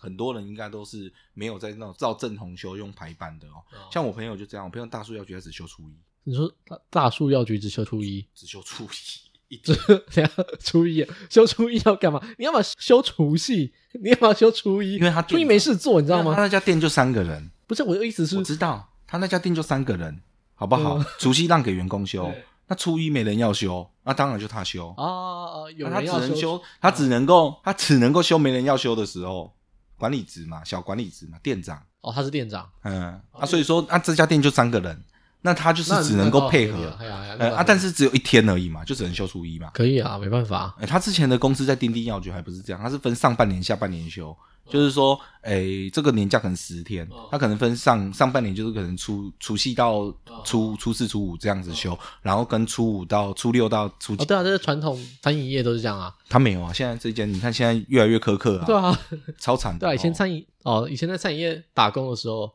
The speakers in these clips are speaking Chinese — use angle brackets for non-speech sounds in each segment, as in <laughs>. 很多人应该都是没有在那种照正统修用排班的哦。像我朋友就这样，我朋友大树药局他只修初一，你说大大树药局只修初一， <laughs> 只修初一，一这天等一下初一啊修初一要干嘛？你要么修除夕，你要么修初一，因为他初一没事做，你知道他吗？那家店就三个人，不是我的意思是嗯我，知道他那家店就三个人，好不好？除夕让给员工休对，那初一没人要休，那当然就他休。啊，有那他只人要能休，他只能够，他只能够休没人要休的时候，管理职嘛，小管理职嘛，店长，哦，他是店长，嗯，啊，所以说，啊，这家店就三个人，那他就是那只能够那配可以合啊，哎呀哎呀那呃啊，但是只有一天而已嘛，就只能休初一嘛。可以啊，没办法，哎，他之前的公司在丁丁药局还不是这样，他是分上半年、下半年休，就是说，哎，这个年假可能十天嗯，他可能分上上半年就是可能初除夕到嗯初初四、初五这样子休，然后跟初五到初六到初哦，几，对啊，这是传统餐饮业都是这样啊，他没有啊。现在这间你看现在越来越苛刻啊，对啊， <laughs> 超惨的对哦。啊，以前餐饮哦，以前在餐饮业打工的时候，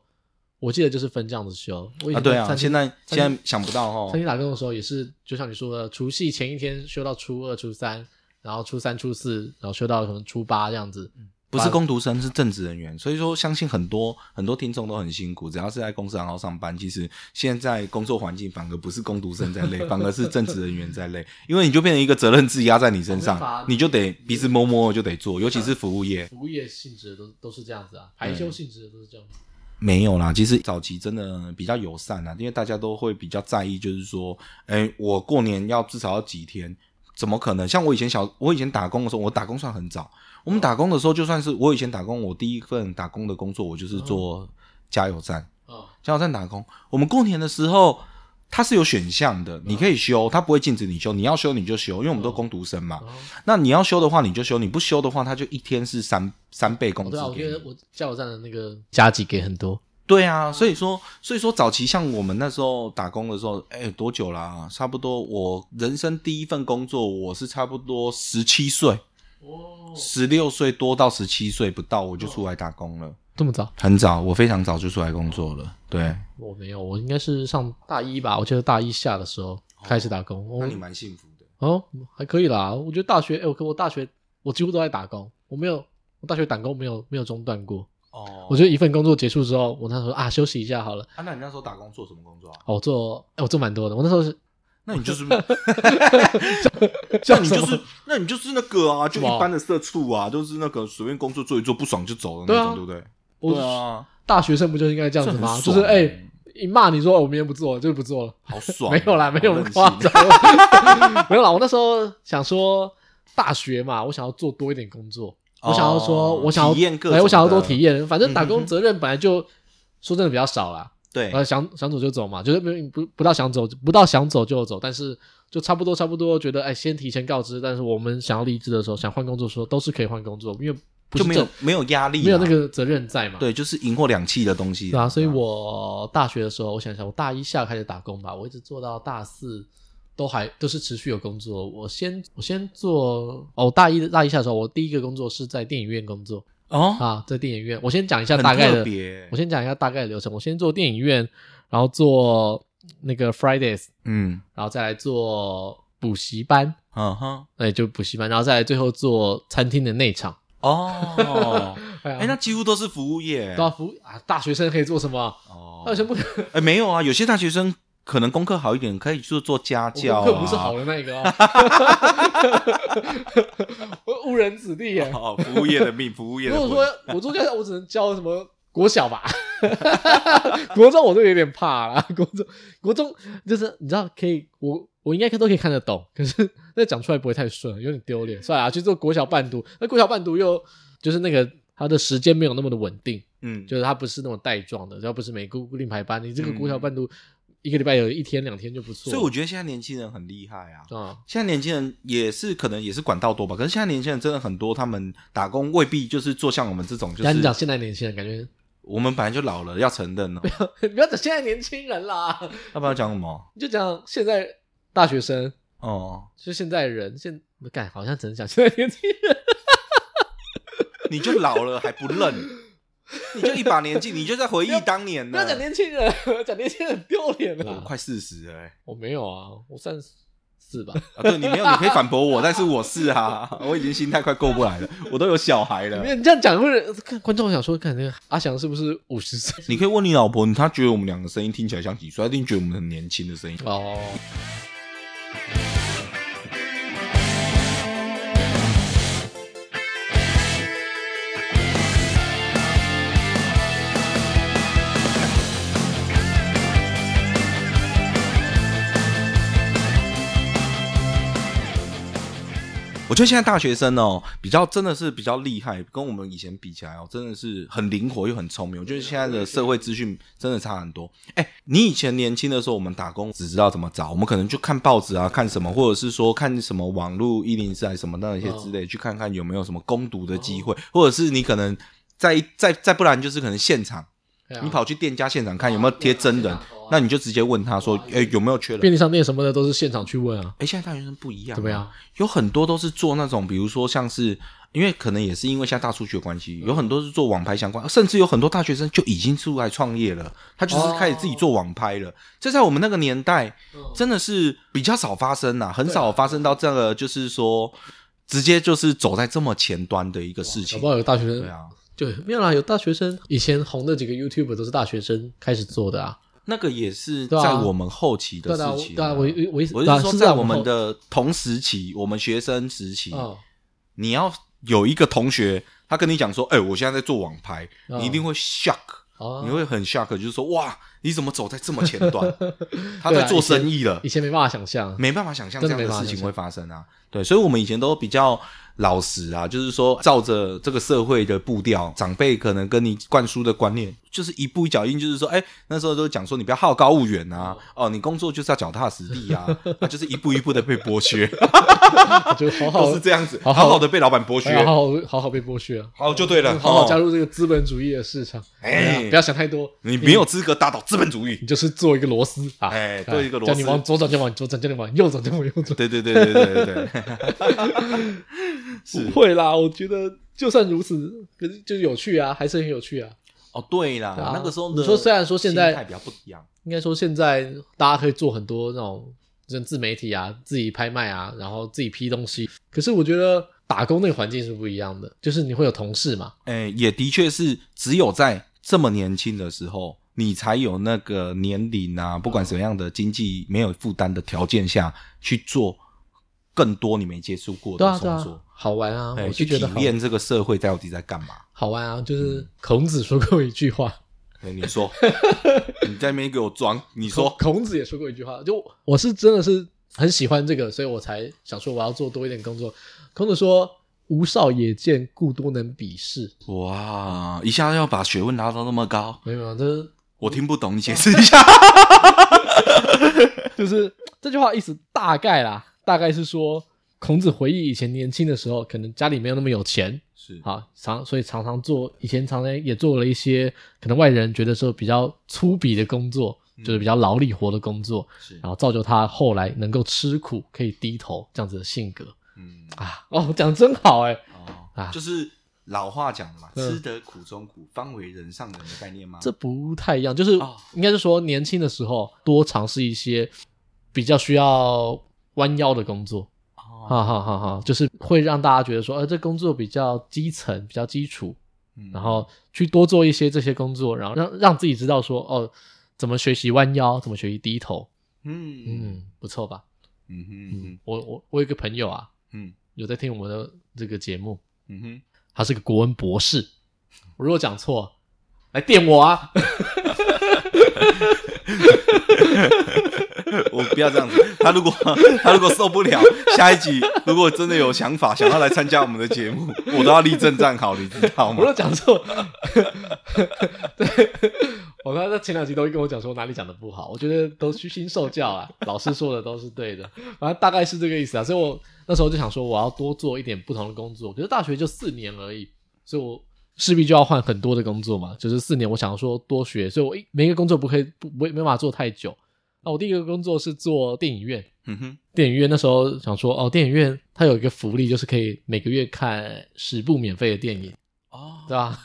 我记得就是分这样子休，我以啊，前对在啊，餐厅现在现在想不到哦餐，厅打工的时候也是，就像你说的，除夕前一天休到初二、初三，然后初三、初四，然后休到可能初八这样子。不是工读生是正职人员，所以说相信很多很多听众都很辛苦，只要是在公司行号上班，其实现在工作环境反而不是工读生在 <laughs> 累，反而是正职人员在累，因为你就变成一个责任制压在你身没上办法，你就得鼻子摸摸就得做，尤其是服务业。服务业性质的都都是这样子啊，排休性质的都是这样子。没有啦，其实早期真的比较友善啦，因为大家都会比较在意，就是说，哎，我过年要至少要几天，怎么可能？像我以前小，我以前打工的时候，我打工算很早。我们打工的时候，就算是我以前打工，我第一份打工的工作，我就是做加油站，嗯，加油站打工。我们过年的时候，它是有选项嗯的，你可以休，它不会禁止你休，你要休你就休，因为我们都工读生嘛。然后那你要休的话，你就休；你不休的话，它就一天是三三倍工哦资对啊，我给觉你得。我加油站的那个加急给很多，对嗯啊，所以说，所以说早期像我们那时候打工的时候，哎，多久啦、差不多我人生第一份工作，我是差不多十七岁，哦，嗯十六岁多到十七岁不到，我就出来打工了，这么早？很早，我非常早就出来工作了。对，我没有，我应该是上大一吧，我记得大一下的时候开始打工。那哦你蛮幸福的。哦，还可以啦。我觉得大学，哎、我可我大学我几乎都在打工，我没有，我大学打工没有没有中断过。哦我觉得一份工作结束之后，我那时候啊休息一下好了。啊，那你那时候打工做什么工作啊？哦， <laughs> 我做，哎、我做蛮多的。我那时 <laughs> 候是，那你就是，像 <laughs> 那你 <laughs> 就是，那你就是那个啊，就什么一般的社畜啊，就是那个随便工作做一做，不爽就走的对那啊种，对不对？我对啊，大学生不就应该这样子吗？这就很爽是哎、欸一骂你说哦我明天不做了，就是不做了。 <laughs> 好爽哦，没有啦，没有那好么任夸性张， <laughs> 没有啦。我那时候想说，大学嘛，我想要做多一点工作，我想要说，哦我想要体验各哎，我想要种多的体验。反正打嗯哼工哼责任本来就说真的比较少啦，对呃，想想走就走嘛，就是没有不不到想走，不到想走就走，但是就差不多差不多，觉得哎，先提前告知，但是我们想要离职的时候，想换工作的时候，都是可以换工作，因为不是就没有正没有压力啊，没有那个责任在嘛。对，就是赢货两气的东西对啊，所以我大学的时候，我想想，我大一下开始打工吧，我一直做到大四，都还都是持续有工作。我先我先做哦，我大一大一下的时候，我第一个工作是在电影院工作哦，啊，在电影院。我先讲一下很大概特的，别我，先讲一下大概的流程。我先做电影院，然后做那个 Fridays，嗯然后再来做补习班，嗯哼，哎，就补习班，然后再来最后做餐厅的内场。 <laughs> 哦，哎呀哎，那几乎都是服务业都要服啊，大学生可以做什么？哎啊哦大学生不可哎，没有啊，有些大学生可能功课好一点，可以去做家教我啊，功课不是好的那个哦， <laughs> 我误人子弟耶。哦，服务业的命，服务业 <laughs> 如的魂。果说我做家教，我只能教什么国小吧， <laughs> 国中我就有点怕啦。国中国中就是你知道可以，我我应该都可以看得懂，可是那讲出来不会太顺，有点丢脸。算了啊，去做国小伴读，那国小伴读又就是那个他的时间没有那么的稳定，嗯，就是他不是那种带状的，要不是每个固定排班，你这个国小伴读一个礼拜有一天两天就不错。所以我觉得现在年轻人很厉害啊。啊，现在年轻人也是可能也是管道多吧，可是现在年轻人真的很多，他们打工未必就是做像我们这种，就那你讲是现在年轻人感觉 <laughs> 我们本来就老了，要承认哦。你不要讲现在年轻人啦，要不要讲什么？你就讲现在大学生，哦，就现在人，现干好像只能讲现在年轻人。你就老了还不认，你就一把年纪，你就在回忆当年不呢要。讲年轻人，讲年轻人很丢脸我了。快四十了、欸，我没有啊，我三是吧？啊对你没有，你可以反驳我，但是我是啊， <laughs> 我已经心态快过不来了，我都有小孩了没。有你这样讲，会看观众想说，看这个阿翔是不是五十岁？ <laughs> 你可以问你老婆，她觉得我们两个声音听起来像几岁？她一定觉得我们很年轻的声音。哦，我觉得现在大学生哦，比较真的是比较厉害，跟我们以前比起来哦，真的是很灵活又很聪明。我觉得现在的社会资讯真的差很多。哎，你以前年轻的时候，我们打工只知道怎么找，我们可能就看报纸啊，看什么，或者是说看什么网络一零四还是什么那一些之类，去看看有没有什么攻读的机会，或哦者是你可能再再再不然就是可能现场，对啊啊哦你跑去店家现场看有没有贴真人，那你就直接问他说，哎，有没有缺人？便利商店什么的都是现场去问啊，哎，现在大学生不一样、怎么样？有很多都是做那种，比如说像是，因为可能也是因为现在大数据的关系，有很多是做网拍相关，甚至有很多大学生就已经出来创业了，他就是开始自己做网拍了。这在我们那个年代嗯真的是比较少发生呐、很少发生到这个，就是说直接就是走在这么前端的一个事搞情不。好有大学生对啊，就没有啦，有大学生以前红的几个 YouTube 都是大学生开始做的啊。那个也是对啊在我们后期的对啊，事我情对啊，啊、我我我对啊是说，是在在我们后的同时期，我们学生时期，哦，你要有一个同学，他跟你讲说：“哎、我现在在做网拍，嗯你一定会 shock，、哦你会很 shock，就是说哇，你怎么走在这么前 <laughs> 端？他对啊在做生意了以，前没办法想象，没办法想象这真的样的没办法事情想象会发生啊。对，所以我们以前都比较老实啊，就是说照着这个社会的步调，长辈可能跟你灌输的观念，就是一步一脚印，就是说，哎、那时候都讲说你不要好高骛远嗯啊，哦，你工作就是要脚踏实地啊， <laughs> 啊就是一步一步的被剥削，我觉得好好 <laughs> 都是这样子，好好好好的被老板剥削。哎呀好好好好被剥削啊，好就对了，好好哦加入这个资本主义的市场，哎对啊不要想太多，你没有资格打倒资本主你义。就是做一个螺丝啊，哎啊做一个螺丝叫你往左转就往左转，叫你往右转就往右转，对对对对对对对，是不会啦，我觉得就算如此，可是就是有趣啊，还是很有趣啊。 <laughs> 哦，对啦对啊，那个时候的你说虽然说现在心态比较不一样，应该说现在大家可以做很多那种就是自媒体啊，自己拍卖啊，然后自己批东西。可是我觉得打工那个环境是不一样的，就是你会有同事嘛，哎，也的确是只有在这么年轻的时候，你才有那个年龄啊，不管什么样的经济没有负担的条件下去做更多你没接触过对啊的对工作啊，，好玩啊，哎，我去就体觉得好验这个社会到底在干嘛。好玩啊，就是孔子说过一句话，哎，你 <laughs> 说，你在那边给我装，你说，孔子也说过一句话，就我是真的是很喜欢这个，所以我才想说我要做多一点工作。孔子说：“吾少也见，故多能鄙视。哇，一下要把学问拉到那么高”，没有，没有，这我听不懂，你解释一 <laughs> 下。就是这句话意思大概啦，大概是说孔子回忆以前年轻的时候，可能家里没有那么有钱，是好常所以常常做以前常常也做了一些可能外人觉得说比较粗鄙的工作，就是比较劳力活的工作，是然后造就他后来能够吃苦、可以低头这样子的性格嗯啊。哦，讲得真好哎、哦，啊就是老话讲的嘛，嗯吃得苦中苦，方为人上人的概念吗？这不太一样，就是哦应该是说年轻的时候多尝试一些比较需要弯腰的工作。哦，哈哈哈哈，就是会让大家觉得说，呃，这工作比较基层，比较基础，嗯然后去多做一些这些工作，然后让让自己知道说，哦，怎么学习弯腰，怎么学习低头，嗯嗯嗯，不错吧？嗯哼我我我有一个朋友啊，嗯有在听我们的这个节目，嗯哼，他是个国文博士，我如果讲错，来电我啊，我不要这样子。他如果 <laughs> 他如果受不了，下一集如果真的有想法想要来参加我们的节 <laughs> 目，我都要立正站好，你知道 <laughs> 我如吗果？讲错，对， <laughs> 我刚在前两集都会跟我讲说哪里讲的不好，我觉得都虚心受教 <laughs> 啊，老师说的都是对的，反正大概是这个意思啊。所以我那时候就想说，我要多做一点不同的工作。可是大学就四年而已，所以我势必就要换很多的工作嘛。就是四年，我想说多学，所以我一每一个工作不可以不不没办法做太久。那我第一个工作是做电影院，嗯哼，电影院那时候想说，哦，电影院它有一个福利，就是可以每个月看十部免费的电影，哦对吧？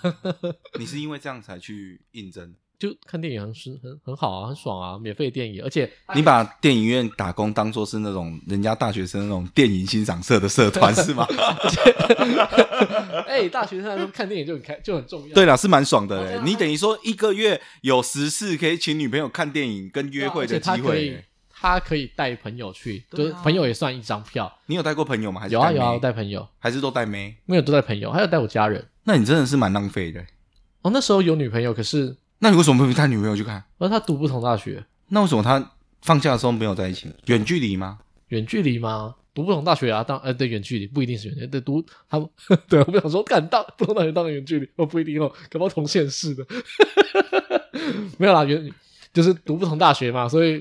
你是因为这样才去应征？就看电影好像是很很好啊，很爽啊，免费电影，而且哎你把电影院打工当做是那种人家大学生那种电影欣赏社的社 <laughs> 团是吗？ <laughs> 哎、大学生来说看电影就很开就很重要。对啦，是蛮爽的对嘞、啊你等于说一个月有十次可以请女朋友看电影跟对啊，约会的而且他机可会以欸。他可以带朋友去，对就啊是朋友也算一张票。你有带过朋友吗？还是有啊带妹有啊，我带朋友，还是都带妹？没有都带朋友，还有带我家人。那你真的是蛮浪费的欸、哦，那时候有女朋友，可是那你为什么不带女朋友去看？而他读不同大学，那为什么他放假的时候没有在一起？远距离吗？ <laughs> 远距离吗？读不同大学啊，当呃对远距离不一定是远距离，对读他 <laughs> 对我不想说干到不同大学当然远距离，哦不一定哦，搞不好同县市的， <laughs> 没有啦，远就是读不同大学嘛，所以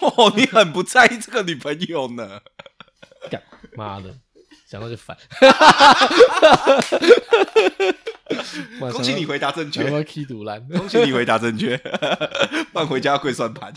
哦，你很不在意这个女朋友 <laughs> 呢。干 <laughs> 妈的想到 <laughs> 就烦，哇恭喜你，回答正想到想确，到 key 堵 <laughs> 烂，恭喜你回答正确， <laughs> 不然回家要跪算 <laughs> 盘。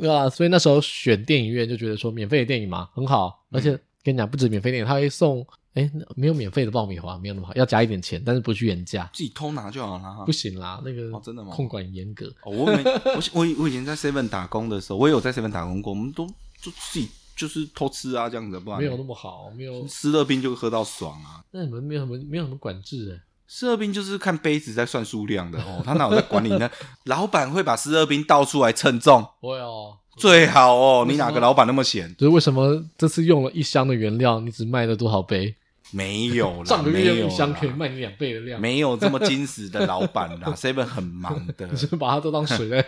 对啊，所以那时候选电影院就觉得说免费的电影嘛很好，嗯而且跟你讲不止免费电影，他会送哎没有免费的爆米花，没有那么好，要加一点钱，但是不去原价，自己偷拿就好了哈不。行啦，那个哦真的吗控管严格，哦，我没，我我以我以前在 Seven 打工的时候，我也有在 Seven 打工过，我们都就自己就是偷吃啊，这样子，不然没有那么好，没有。湿热冰就喝到爽啊。那你们没有什么没有什么管制哎、湿热冰就是看杯子在算数量的哦，他哪有在管理呢？老板会把湿热冰倒出来称重，会哦。最好哦。为你什么哪个老板那么闲？就是为什么这次用了一箱的原料，你只卖了多少杯？没有啦，上个没月有用一箱可以啦卖你啊两倍的量，没有这么金石的老板啦，Seven 很忙 <laughs> 的你，是把它都当水在。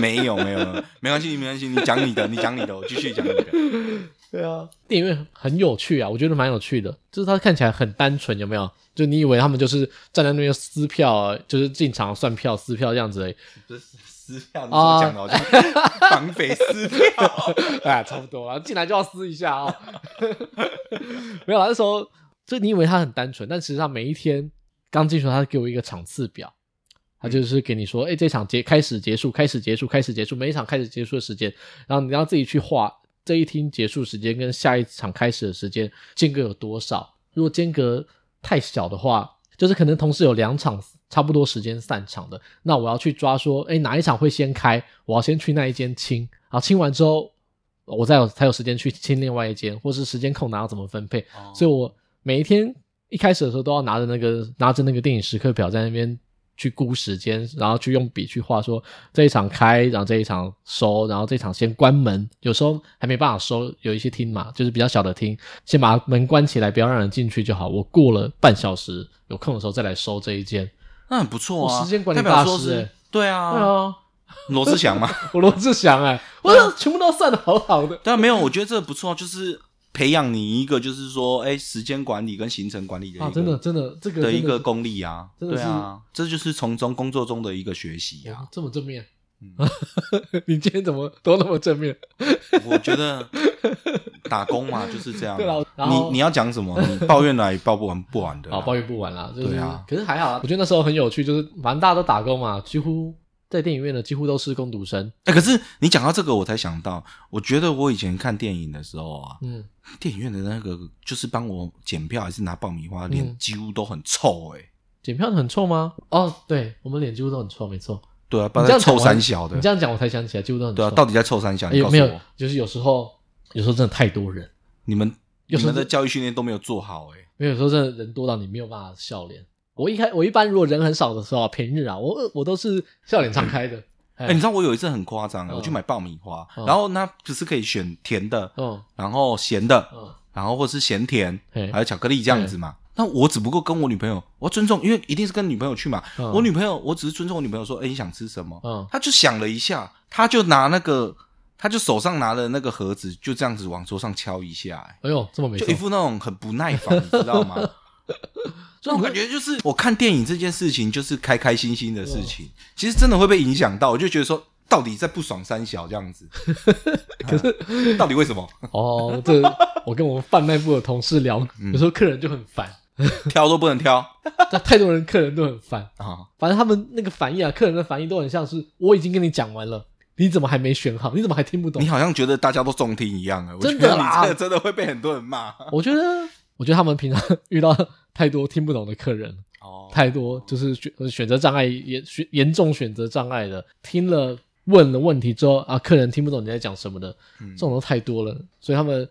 没有没有没有，没关系没关系，你讲你的，你讲你的，我继续讲你的。 <laughs> 对啊，电影院很有趣啊，我觉得蛮有趣的，就是它看起来很单纯，有没有？就你以为他们就是站在那边撕票啊，就是进场算票、撕票这样子 <laughs> 而已，不是撕票，你怎啊么讲的？好像绑匪撕票。哎，差不多了，进来就要撕一下哦。 <laughs> 没有啦，那时候就你以为他很单纯，但实际上每一天刚进去的时候，他给我一个场次表，他就是给你说，哎、这场结开始结束，开始结束，开始结束，每一场开始结束的时间，然后你要自己去画这一厅结束时间跟下一场开始的时间间隔有多少。如果间隔太小的话，就是可能同时有两场差不多时间散场的，那我要去抓说，哎，哪一场会先开？我要先去那一间清，然后清完之后，我再有才有时间去清另外一间，或是时间空档要怎么分配？所以我每一天一开始的时候都要拿着那个拿着那个电影时刻表在那边去估时间，然后去用笔去画说这一场开，然后这一场收，然后这一场先关门。有时候还没办法收，有一些厅嘛，就是比较小的厅，先把门关起来，不要让人进去就好。我过了半小时有空的时候再来收这一间。 <laughs> 那很不错我啊，时间管代理表说大师是欸对对啊，啊，罗志祥嘛， <laughs> 我罗志祥哎、我全部都算的好好的。对啊，没有，我觉得这个不错，就是培养你一个就是说，哎，时间管理跟行程管理的一啊，个真的真的，这个的一真个功力啊，真的对是啊，这就是从中工作中的一个学习啊。哇这么正面。嗯 <laughs> 你今天怎么都那么正面？我觉 <laughs> 得打工嘛就是这样对啦然啊，后你你要讲什么？你抱怨来抱不完不完的 <laughs> 啊，好，抱怨不完啦，就是。对啊可是还好啦，我觉得那时候很有趣，就是反正大家都打工嘛，几乎在电影院的几乎都是工读生。哎、可是你讲到这个，我才想到，我觉得我以前看电影的时候啊，嗯，电影院的那个就是帮我检票还是拿爆米花，脸、嗯几乎都很臭哎、检票很臭吗？哦，对，我们脸几乎都很臭，没错。对啊，不你然在这样讲臭我三小你的这，样讲我才想起来，几乎都很臭。对啊，到底在臭三小？哎你告有诉没我，有？就是有时候，有时候真的太多人，你们有你时候们的教育训练都没有做好哎、没有有时候真的人多到你没有办法笑脸。我一开我一般如果人很少的时候啊，平日啊，我我都是笑脸常开的。哎、哎你知道我有一次很夸张、啊嗯我去买爆米花，嗯然后那不是可以选甜的，嗯然后咸的，嗯，然后或是咸甜，嘿还有巧克力这样子哎嘛。那我只不过跟我女朋友，我要尊重，因为一定是跟女朋友去嘛。嗯我女朋友，我只是尊重我女朋友说，哎、你想吃什么？嗯他就想了一下，他就拿那个，他就手上拿了那个盒子，就这样子往桌上敲一下、欸，哎呦，这么没就错一，副那种很不耐烦，你知道 <laughs> 吗？这那种感觉就是，我看电影这件事情就是开开心心的事情，啊其实真的会被影响到，我就觉得说，到底在不爽三小这样 <laughs> 子，可是、到底为什么哦，这我跟我们贩卖部的同事聊，有时候客人就很烦，挑都不能挑但太多人客人都很烦，啊？反正他们那个反应啊，客人的反应都很像是我已经跟你讲完了，你怎么还没选好？你怎么还听 <laughs> 不懂你？好像觉得大家都中听一样哎，我觉真的得你啦这个真的会被很多人骂我觉得，我觉得他们平常遇到太多听不懂的客人，哦太多就是选选择障碍严选严重选择障碍的，听了问了问题之后啊，客人听不懂你在讲什么的，这种都太多了，所以他们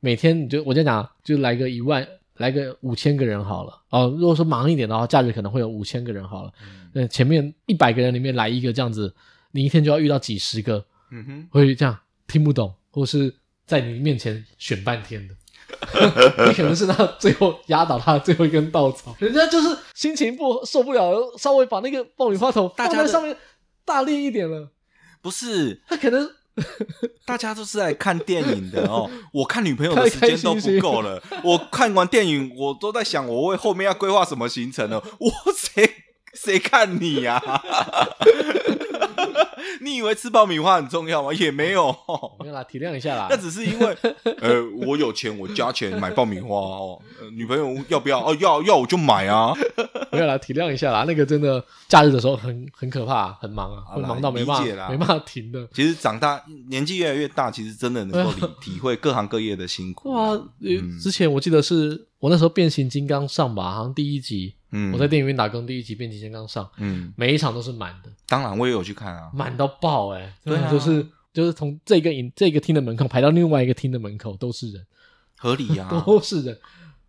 每天你就我在讲，就来个一万，来个五千个人好了。哦，如果说忙一点的话，假日可能会有五千个人好了。嗯那、前面一百个人里面来一个这样子，你一天就要遇到几十个嗯哼，会这样听不懂，或是在你面前选半天的。 <laughs> 你可能是他最后压倒他的最后一根稻草，人家就是心情不受不了，稍微把那个爆米花头大放家在的上面大力一点了，不是，他可能哦大家都是来看电影 <laughs> 的哦。我看女朋友太的时开间心都心不够了，我看完电影，我都在想我为后面要规划什么行程了。 <laughs> 我谁谁看你呀、 <laughs> 你以为吃爆米花很重要吗？也没 <laughs> 有哦、没有啦，体谅一下啦那。只是因为，呃，我有钱，我加钱买爆米花哦。呃女朋友要不要？哦，要要我就买啊。 <laughs> 没有啦，体谅一下啦。那个真的，假日的时候很很可怕、很忙啊，好啦会忙到没办理解法啦没办法停的。其实长大年纪越来越大，其实真的能够 <laughs> 理体会各行各业的辛苦哇啊。，呃之前我记得是我那时候变形金刚上吧，好像第一集，嗯，我在电影院打工，第一集变形金刚上，嗯，每一场都是满的，当然我也有去看啊。满到爆哎、对啊就是就是从这个影这个厅的门口排到另外一个厅的门口都是人，合理 <laughs> 呀、啊。都是人。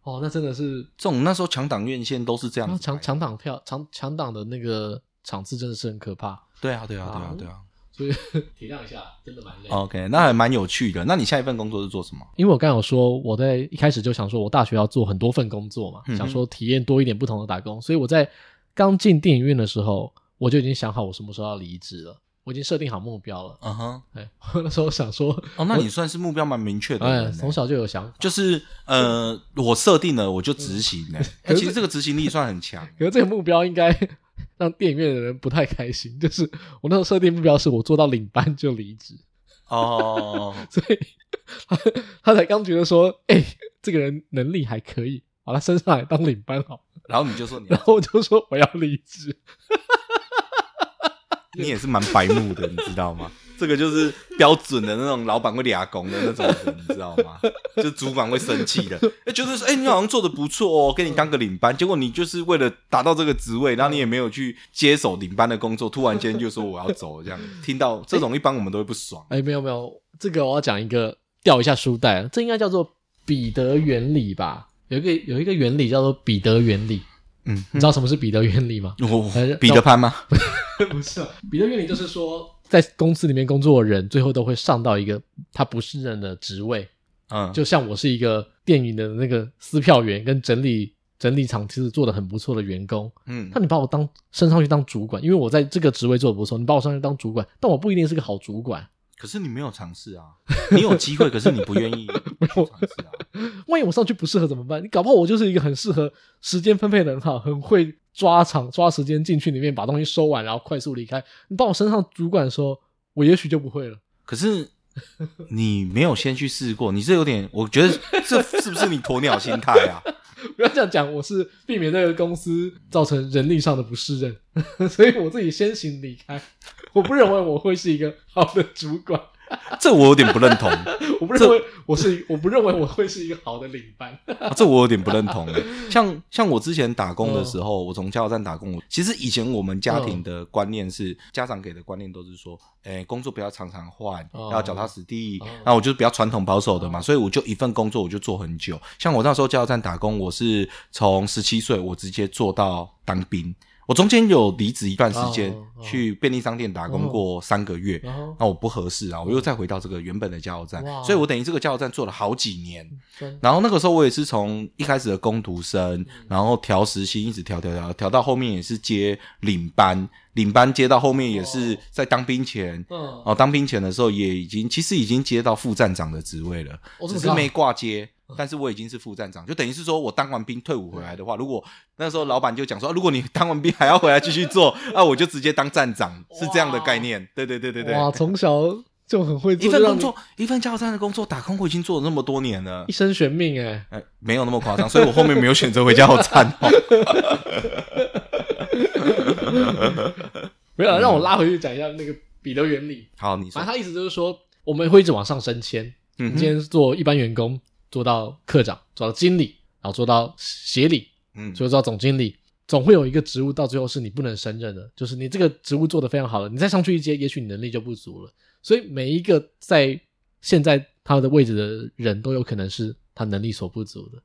哦，那真的是这种那时候强档院线都是这样啊子强排强档票强强档的那个场次真的是很可怕，对啊，对啊，啊对啊，对啊。哦所以 <laughs> 体谅一下，真的蛮累的。 OK，那还蛮有趣的。那你下一份工作是做什么？因为我刚有说，我在一开始就想说，我大学要做很多份工作嘛，嗯哼想说体验多一点不同的打工，所以我在刚进电影院的时候，我就已经想好我什么时候要离职了，我已经设定好目标了。 <laughs> 嗯哼，哎，我那时候想说，哦，那你算是目标蛮明确的人哎，呢。从小就有想法，就是呃，我设定了我就执行呢。可哎是其实这个执行力算很强。可是这个目标应该 <laughs> 让电影院的人不太开心。就是我那时候设定目标是我做到领班就离职， <laughs> 哦，所以他他才刚觉得说，哎，这个人能力还可以，把他升上来当领班好 <laughs> 了。然后你就说你然后我就说我要离职。你也是蛮白目的，你知道吗？ <laughs> 这个就是标准的那种老板会俩拱的那种人，你知道吗？就主管会生气的，哎，觉得说，哎、你好像做的不错哦，给你当个领班，结果你就是为了达到这个职位，然后你也没有去接手领班的工作，突然间就说我要走，这样听到这种一般我们都会不爽。哎，没有没有，这个我要讲一个掉一下书袋，这应该叫做彼得原理吧？有一个有一个原理叫做彼得原理，嗯，呃你知道什么是彼得原理吗？我、还是彼得潘吗？ <laughs> 不是、啊彼得原理就是说，在公司里面工作的人最后都会上到一个他不胜任的职位，嗯，就像我是一个电影的那个撕票员跟整理整理厂，其实做的很不错的员工，嗯那你把我当升上去当主管，因为我在这个职位做的不错，你把我上去当主管，但我不一定是个好主管。可是你没有尝试啊，你有机会，可是你不愿意尝试啊。万一我上去不适合怎么办？你搞不好我就是一个很适合时间分配的很好，很会抓场抓时间进去里面把东西收完，然后快速离开。你把我升上主管的时候，我也许就不会了。可是你没有先去试过，你这有点，我觉得这是不是你鸵鸟心态啊？不要这样讲，我是避免这个公司造成人力上的不适任， <laughs> 所以我自己先行离开。我不认为我会是一个好的主管，这我有点不认同，我不认为我是，我不认为我会是一个好的领班。啊这我有点不认 <laughs> 同。像像我之前打嗯工的时候，我从加油站打工，其实以前我们家庭的观念是，家长给的观念都是说，哎、工作不要常常换，哦要脚踏实地哦。那、我就是比较传统保守的嗯嘛，所以我就一份工作我就做很久。像我那时候加油站打工，我是从十七岁我直接做到当兵。我中间有离职一段时间哦，嗯哦去便利商店打工过三个月，然后，那我不合适啊，我又再回到这个原本的加油站哇，所以我等于这个加油站做了好几年。真然后那个时候我也是从一开始的工读嗯生，然后调时薪一直调调调调到后面也是接领班，领班接到后面也是在当兵前。嗯，哦，当兵前的时候也已经，其实已经接到副站长的职位了，我怎只哦么啊嗯是没挂接，但是我已经是副站长，就等于是说我当完兵退伍回来的话，如果那时候老板就讲说，啊如果你当完兵还要回来继续 <laughs> 做，啊，我就直接当站长，是这样的概念。对对对对对，哇，从小就很会做，一份就让工你作，一份加油站的工作，打工我已经做了那么多年了一，生悬命哎、哎，没有那么夸张，所以我后面没有选择回加油站哦。没有，啊让我拉回去讲一下那个彼得原理。好，嗯你说反，正他意思就是说，我们会一直往上升迁。嗯你今哼，天做一般员工，做到科长，做到经理，然后做到协理，嗯，最后做到总经理。总会有一个职务到最后是你不能胜任的，就是你这个职务做得非常好了，你再上去一阶，也许你能力就不足了。所以每一个在现在他的位置的人都有可能是他能力所不足的。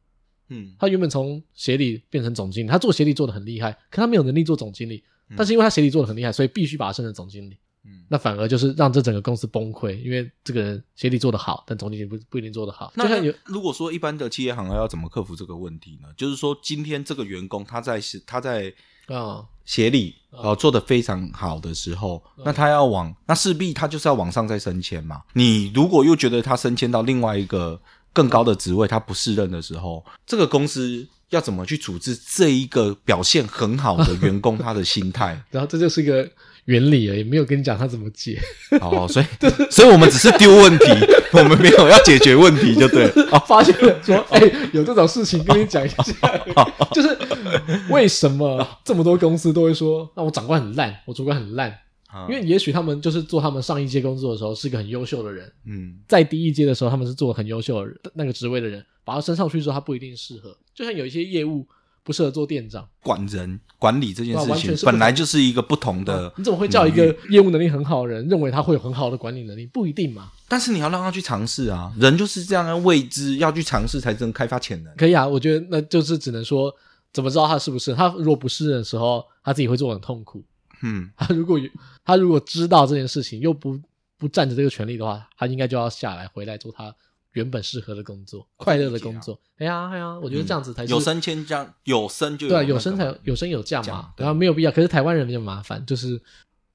嗯，他原本从协理变成总经理，他做协理做得很厉害，可他没有能力做总经理嗯，但是因为他协理做得很厉害，所以必须把他升成总经理。嗯那反而就是让这整个公司崩溃，因为这个人协理做得好，但总经理不不一定做得好。那就像那有如果说一般的企业行号要怎么克服这个问题呢？就是说，今天这个员工他在是他在啊、协理哦、做的非常好的时候，嗯那他要往那势必他就是要往上再升迁嘛。你如果又觉得他升迁到另外一个更高的职位，他不适任的时候，这个公司要怎么去处置这一个表现很好的员工他的心态？然后这就是一个原理而已，没有跟你讲他怎么解。哦，所以所以我们只是丢问 <laughs> 题，我们没有要解决问题，就对了。哦啊， <laughs> 发现了说，哎、有这种事情跟你 <laughs> 讲一下，就是为什么这么多公司都会说，那我长官很烂，我主管很烂，嗯因为也许他们就是做他们上一阶工作的时候是个很优秀的人，嗯在第一阶的时候他们是做得很优秀的人那个职位的人，把他升上去之后他不一定适合，就像有一些业务不适合做店长，管人管理这件哇事啊完全情是不本来同啊就是一个不同的你怎么会叫一个嗯业务能力很好的人认为他会有很好的管理能力？不一定嘛。但是你要让他去尝试啊，人就是这样啊，未知要去尝试才能开发潜能。可以啊，我觉得那就是只能说，怎么知道他是不是？他如果不是的时候，他自己会做得很痛苦。 <laughs> 嗯，他如果有他如果知道这件事情，又不不占着这个权利的话，他应该就要下来回来做他原本适合的工作，快乐的工作。哎呀哎呀，我觉得这样子才是、啊嗯有升迁这样有升就对啊、有有升才那个有嘛有升有降降嘛，对然后没有必要。可是台湾人比较麻烦，就是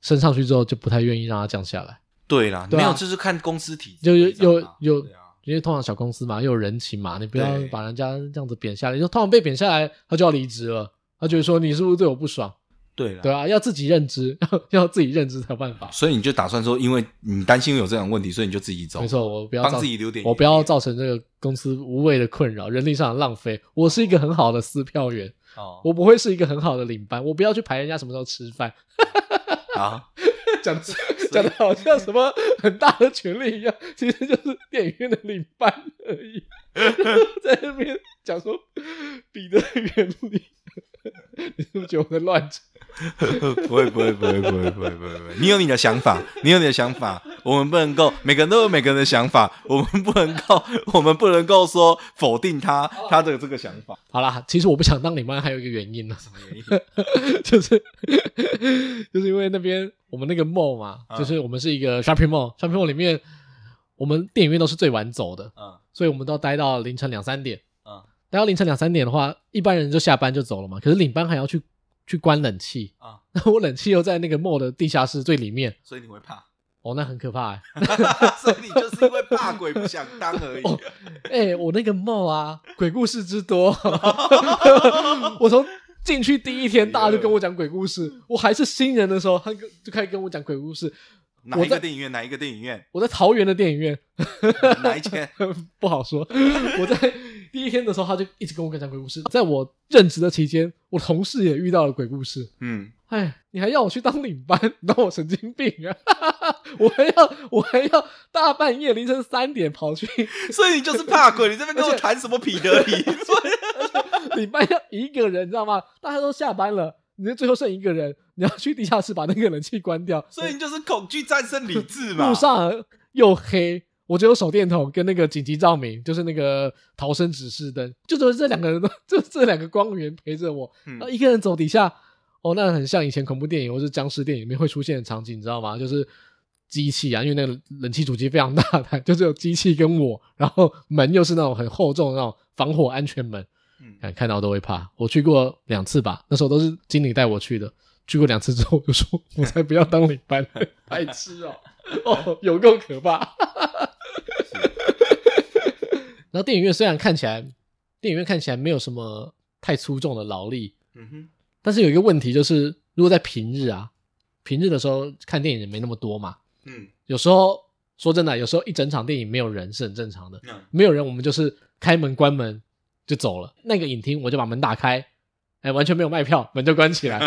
升上去之后就不太愿意让他降下来，对啦，对啊没有就是看公司体制就有非常有大有对啊因为通常小公司嘛，又有人情嘛，你不要对把人家这样子贬下来。就通常被贬下来，他就要离职了，他觉得说你是不是对我不爽？对啦对啊，要自己认知， <laughs> 要要自己认知才有办法。所以你就打算说，因为你担心有这种问题，所以你就自己走，没错，我不要帮造自己留点，我不要，造成这个公司无谓的困扰，人力上的浪费。我是一个很好的撕票员，哦，我不会是一个很好的领班，我不要去排人家什么时候吃饭，好， <laughs> 讲得讲的好像什么很大的权利一样，其实就是电影院的领班而已， <laughs> 在那边讲说彼得原理，你是不是觉得我在乱讲？ <laughs> 不会不会不会不会不会不会不会，你有你的想法，你有你的想法，我们不能够每个人都有每个人的想法，我们不能够我们不能够说否定他他的这个想法，好啦，其实我不想当领班，还有一个原因呢、 <laughs> 什么原因？就是就是因为那边我们那个 mall 嘛，嗯就是我们是一个 shopping mall，shopping mall 里面我们电影院都是最晚走的，嗯所以我们都要待到凌晨两三点。嗯待到凌晨两三点的话，一般人就下班就走了嘛。可是领班还要去去关冷气， <laughs> 啊。那我冷气又在那个 mall 的地下室最里面，所以你会 <laughs> 怕，哦，那很可怕哎、所以你就是因为怕鬼不想当而已。哦哎、我那个 mall 啊，鬼故事之多，我从。进去第一天，大家就跟我讲鬼故事。我还是新人的时候，他跟就开始跟我讲鬼故事。哪我一个在电影院？哪一个电影 <laughs> 院？我在桃园的电影院， <laughs> 哪一间？不好说。我在第一天的时候，他就一直跟我讲鬼故事。在我任职的期间，我同事也遇到了鬼故事。嗯，哎，你还要我去当领班，你当我神经病啊！ <laughs> 我还要，我还要大半夜凌晨三点跑去所以你就是怕鬼，你这边跟我而且谈什么彼得里？领班，要一个人，你知道吗？大家都下班了，你就最后剩一个人，你要去地下室把那个冷气关掉。 <laughs> 所以你就是恐惧战胜理智嘛路。上又黑，我只有手电筒跟那个紧急照明，就是那个逃生指示灯，就只有这两个人都， <laughs> 就这两个光源陪着我。嗯然后一个人走底下，哦，那很像以前恐怖电影或是僵尸电影里面会出现的场景，你知道吗？就是机器啊，因为那个冷气主机非常大台， <laughs> 就是有机器跟我，然后门又是那种很厚重的那种防火安全门，哎嗯看看到都会怕。我去过两次吧，那时候都是经理带我去的。去过两次之后，我就说：“我才不要当领班，白痴哦、哦，有够可怕。”然后电影院虽然看起来，电影院看起来没有什么太粗重的劳力，嗯哼，但是有一个问题就是，如果在平日啊，平日的时候看电影人没那么多嘛，嗯有时候说真的，啊有时候一整场电影没有人是很正常的，嗯没有人，我们就是开门关门就走了。那个影厅我就把门打开，哎，完全没有卖票，门就关起来。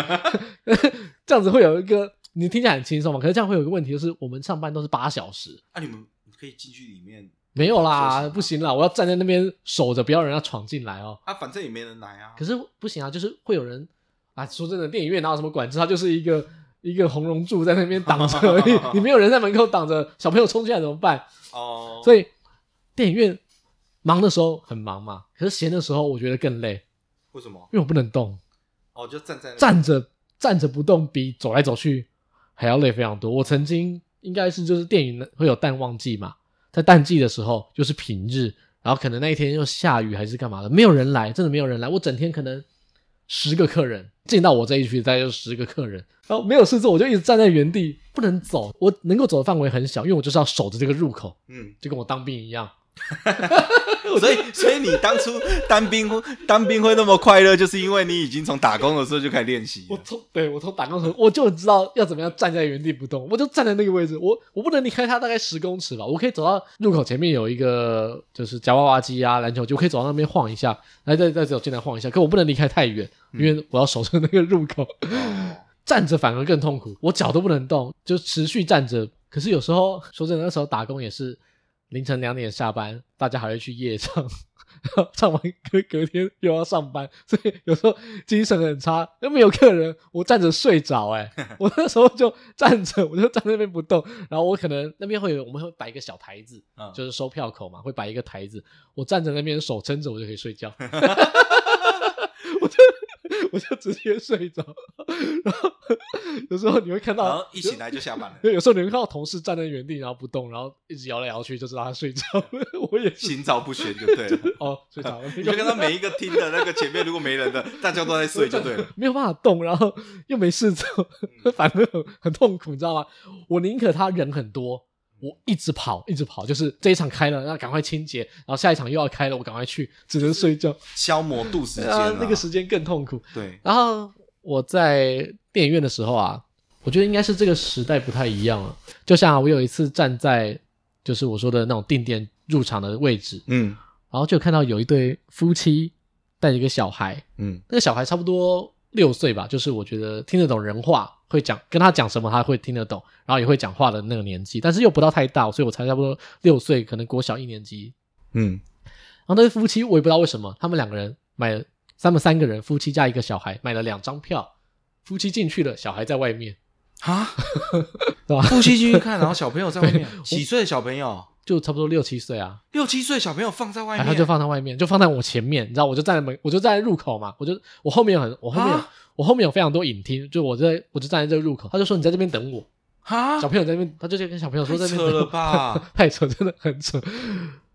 <laughs> 这样子会有一个你听起来很轻松嘛，可是这样会有一个问题，就是我们上班都是八小时，啊，你们可以进去里面没有休息啦，嘛不行啦，我要站在那边守着，不要让人家闯进来哦。啊，反正也没人来啊。可是不行啊，就是会有人啊，说真的，电影院哪有什么管制？它就是一个一个红龙柱在那边挡着而已， <laughs> 你没有人在门口挡着，小朋友冲进来怎么办？哦，所以电影院忙的时候很忙嘛，可是闲的时候我觉得更累，为什么？因为我不能动，哦，就站在那站着站着不动比走来走去还要累非常多。我曾经应该是就是电影会有淡旺季嘛，在淡季的时候就是平日，然后可能那一天又下雨还是干嘛的，没有人来，真的没有人来。我整天可能十个客人进到我这一区，大概就十个客人，然后没有事做，我就一直站在原地不能走，我能够走的范围很小，因为我就是要守着这个入口，嗯，就跟我当兵一样。所以所以你当初 <laughs> 当兵会当兵会那么快乐，就是因为你已经从打工的时候就开始练习我了。从对我从打工的时候我就知道要怎么样站在原地不动，我就站在那个位置，我我不能离开它大概十公尺吧，我可以走到入口前面有一个就是夹娃娃机啊篮球机，我可以走到那边晃一下，然后再再走进来晃一下，可我不能离开太远，因为我要守着那个入口， <laughs> 哦站着反而更痛苦，我脚都不能动，就持续站着。可是有时候说真的，那时候打工也是凌晨两点下班，大家还会去夜唱， <laughs> 唱完歌隔天又要上班，所以有时候精神很差，又没有客人，我站着睡着、 <laughs> 欸。哎，我那时候就站着，我就站在那边不动，然后我可能那边会有我们会摆一个小台子，嗯就是收票口嘛，会摆一个台子，我站在那边手撑着，我就可以 <laughs> 睡觉，我就我就直接睡着。然后有时候你会看然到后一起来就下班了，对，有时候你会看到同事站在原地然后不动，然后一直摇来摇去，就知道他睡着了。 <laughs> 我也是心照不宣就对 <laughs> 了。哦，睡着了， <laughs> 你就看到每一个厅的那个前面如果没人的，大家都在睡就对了。没有办法动，然后又没事做，嗯反正很很痛苦，你知道吗？我宁可他人很多，嗯我一直跑，一直跑，就是这一场开了，那赶快清洁，然后下一场又要开了，我赶快去，只能睡觉。消磨度时间啊啊，那个时间更痛苦。对，然后我在电影院的时候啊，我觉得应该是这个时代不太一样了。就像啊、我有一次站在就是我说的那种定点入场的位置，嗯然后就看到有一对夫妻带着一个小孩，嗯那个小孩差不多六岁吧，就是我觉得听得懂人话，会讲跟他讲什么他会听得懂，然后也会讲话的那个年纪，但是又不到太大，所以我才差不多六岁，可能国小一年级嗯，然后那对夫妻，我也不知道为什么，他们两个人买了，他们三个人，夫妻加一个小孩，买了两张票，夫妻进去了，小孩在外面，啊， <laughs> 对吧啊夫妻进去看，然后小朋友在外 <laughs> 面，几岁的小朋友？就差不多六七岁啊，六七岁小朋友放在外然面，后就放在外面，就放在我前面，你知道，我就站在门，我就站在入口嘛，我就我后面有很，我后面有、啊我后面有非常多影厅，就我在我就站在这个入口，他就说你在这边等我，啊小，朋友在那边，他就跟小朋友说在太那边扯等我了吧？ <laughs> 太扯，真的很扯。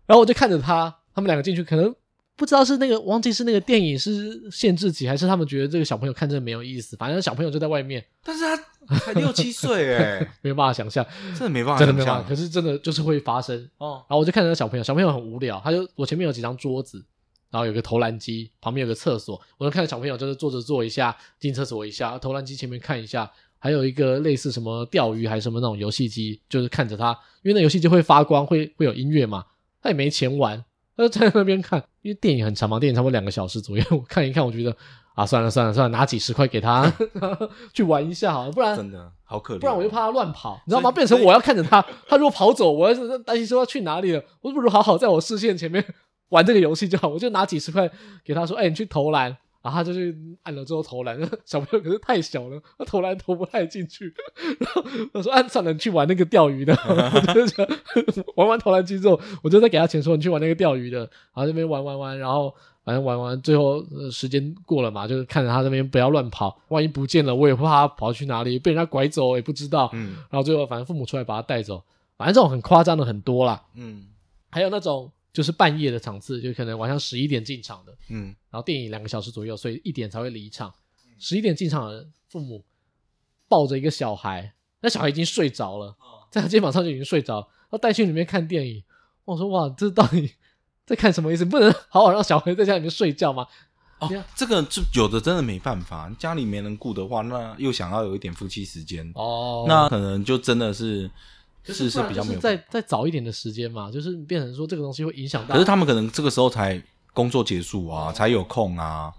然后我就看着他，他们两个进去，可能不知道是那个忘记是那个电影是限制级，还是他们觉得这个小朋友看这个没有意思，反正小朋友就在外面，但是他才六七岁 <laughs> 哎，没有办法想象，真的没办法真的想没有办象法。可是真的就是会发生。哦，然后我就看着那小朋友，小朋友很无聊，他就我前面有几张桌子，然后有个投篮机，旁边有个厕所，我就看着小朋友就是坐着坐一下，进厕所一下，投篮机前面看一下，还有一个类似什么钓鱼还是什么那种游戏机，就是看着他，因为那游戏机会发光，会会有音乐嘛，他也没钱玩，他就站在那边看，因为电影很长嘛，电影差不多两个小时左右，我看一看，我觉得啊，算了算了算了，拿几十块给他 <laughs> 去玩一下好了，不然真的好可怜，不然我就怕他乱跑，你知道吗？所以变成我要看着他， <laughs> 他如果跑走，我要是担心说他去哪里了，我不如好好在我视线前面玩这个游戏就好，我就拿几十块给他说，哎、你去投篮。然后他就去按了之后投篮， <laughs> 小朋友可是太小了，他投篮投不太进去。 <laughs> 然后我说：“啊，算了，你去玩那个钓鱼的。” <laughs> 我就想玩完投篮机之后，我就再给他钱说：“你去玩那个钓鱼的。”然后这边玩玩玩，然后反正玩玩，最后、呃时间过了嘛，就是看着他这边不要乱跑，万一不见了，我也不怕他跑去哪里，被人家拐走也不知道。嗯然后最后反正父母出来把他带走，反正这种很夸张的很多啦。嗯还有那种就是半夜的场次，就可能晚上十一点进场的，嗯，然后电影两个小时左右，所以一点才会离场。十一点进场的父母抱着一个小孩，那小孩已经睡着了，在他肩膀上就已经睡着，然后带去里面看电影。我说哇，这到底在看什么意思？不能好好让小孩在家里面睡觉吗？啊哦，这个就有的真的没办法，家里没人顾的话，那又想要有一点夫妻时间，哦那可能就真的是可是是不然比较就没有办法再再早一点的时间嘛，就是变成说这个东西会影响到。可是他们可能这个时候才工作结束啊，才有空啊。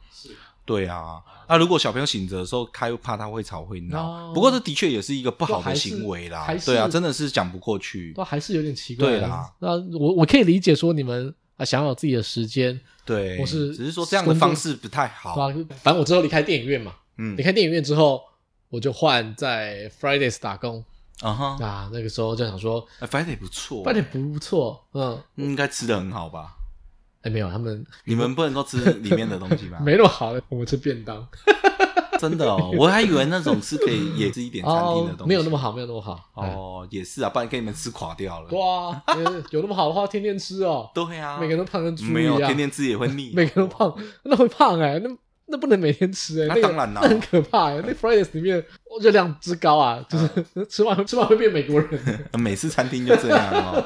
对啊，那如果小朋友醒着的时候开，怕他会吵会闹。哦不过这的确也是一个不好的行为啦还，是对啊，还是真的是讲不过去都。还是有点奇怪。对啦，那我我可以理解说你们啊想要有自己的时间，对，我是只是说这样的方式不太对吧、啊好。反正我之后离开电影院嘛，嗯离开电影院之后，我就换在 Fridays 打工啊哈啊。那个时候就想说哎，Friday 不错，Friday 不错，嗯，应该吃的很好吧？哎、没有，他们你们不能够吃里面的东西吧？没那么好，我们吃便当真的 <laughs> 哦，我还以为那种是可以也是一点餐厅的东哦西，，没有那么好，没有那么好。哎，哦，也是啊，不然给你们吃垮掉了。哇，呃有那么好的话，天天吃哦，对啊，每个人都胖成猪一样，没有天天吃也会腻，哦每个人都胖，那会胖哎、那那不能每天吃哎、那个当然啦那很可怕哎、那 Fridays 里面热量之高啊，就是、 <laughs> 吃完吃完会变美国人。呃美式餐厅就这样 <laughs> 哦，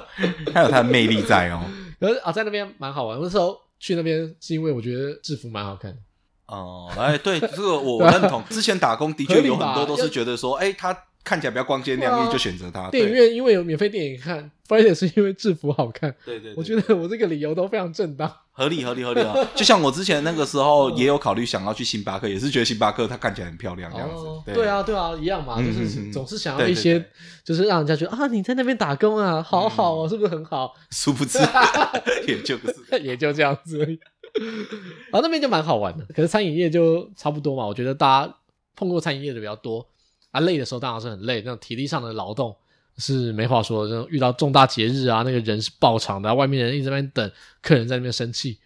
它有它的魅力在哦。可是啊，在那边蛮好玩。那时候去那边是因为我觉得制服蛮好看的，哦，哎，对，这个我啊认同。之前打工的确有很多都是觉得说，哎，他看起来比较光鲜亮对丽，啊就选择他。电影对院因为有免费电影看，Fridays <laughs> 是因为制服好看。对对，对我觉得我这个理由都非常正当。合理合理合理啊！ <laughs> 就像我之前那个时候也有考虑想要去星巴克，也是觉得星巴克它看起来很漂亮这样子哦。，对对，啊，对啊，一样嘛，嗯就是嗯嗯总是想要对一对些对，嗯就是让人家觉得啊，你在那边打工啊，好好哦，是不是很好？ <laughs> 殊不知也 <laughs> 就是也就这样子而已。 <laughs> 然后那边就蛮好玩的，可是餐饮业就差不多嘛。我觉得大家碰过餐饮业的比较多啊，累的时候当然是很累，那种体力上的劳动是没话说的。这种遇到重大节日啊，那个人是爆场的啊、外面人一直在那边等，客人在那边生气，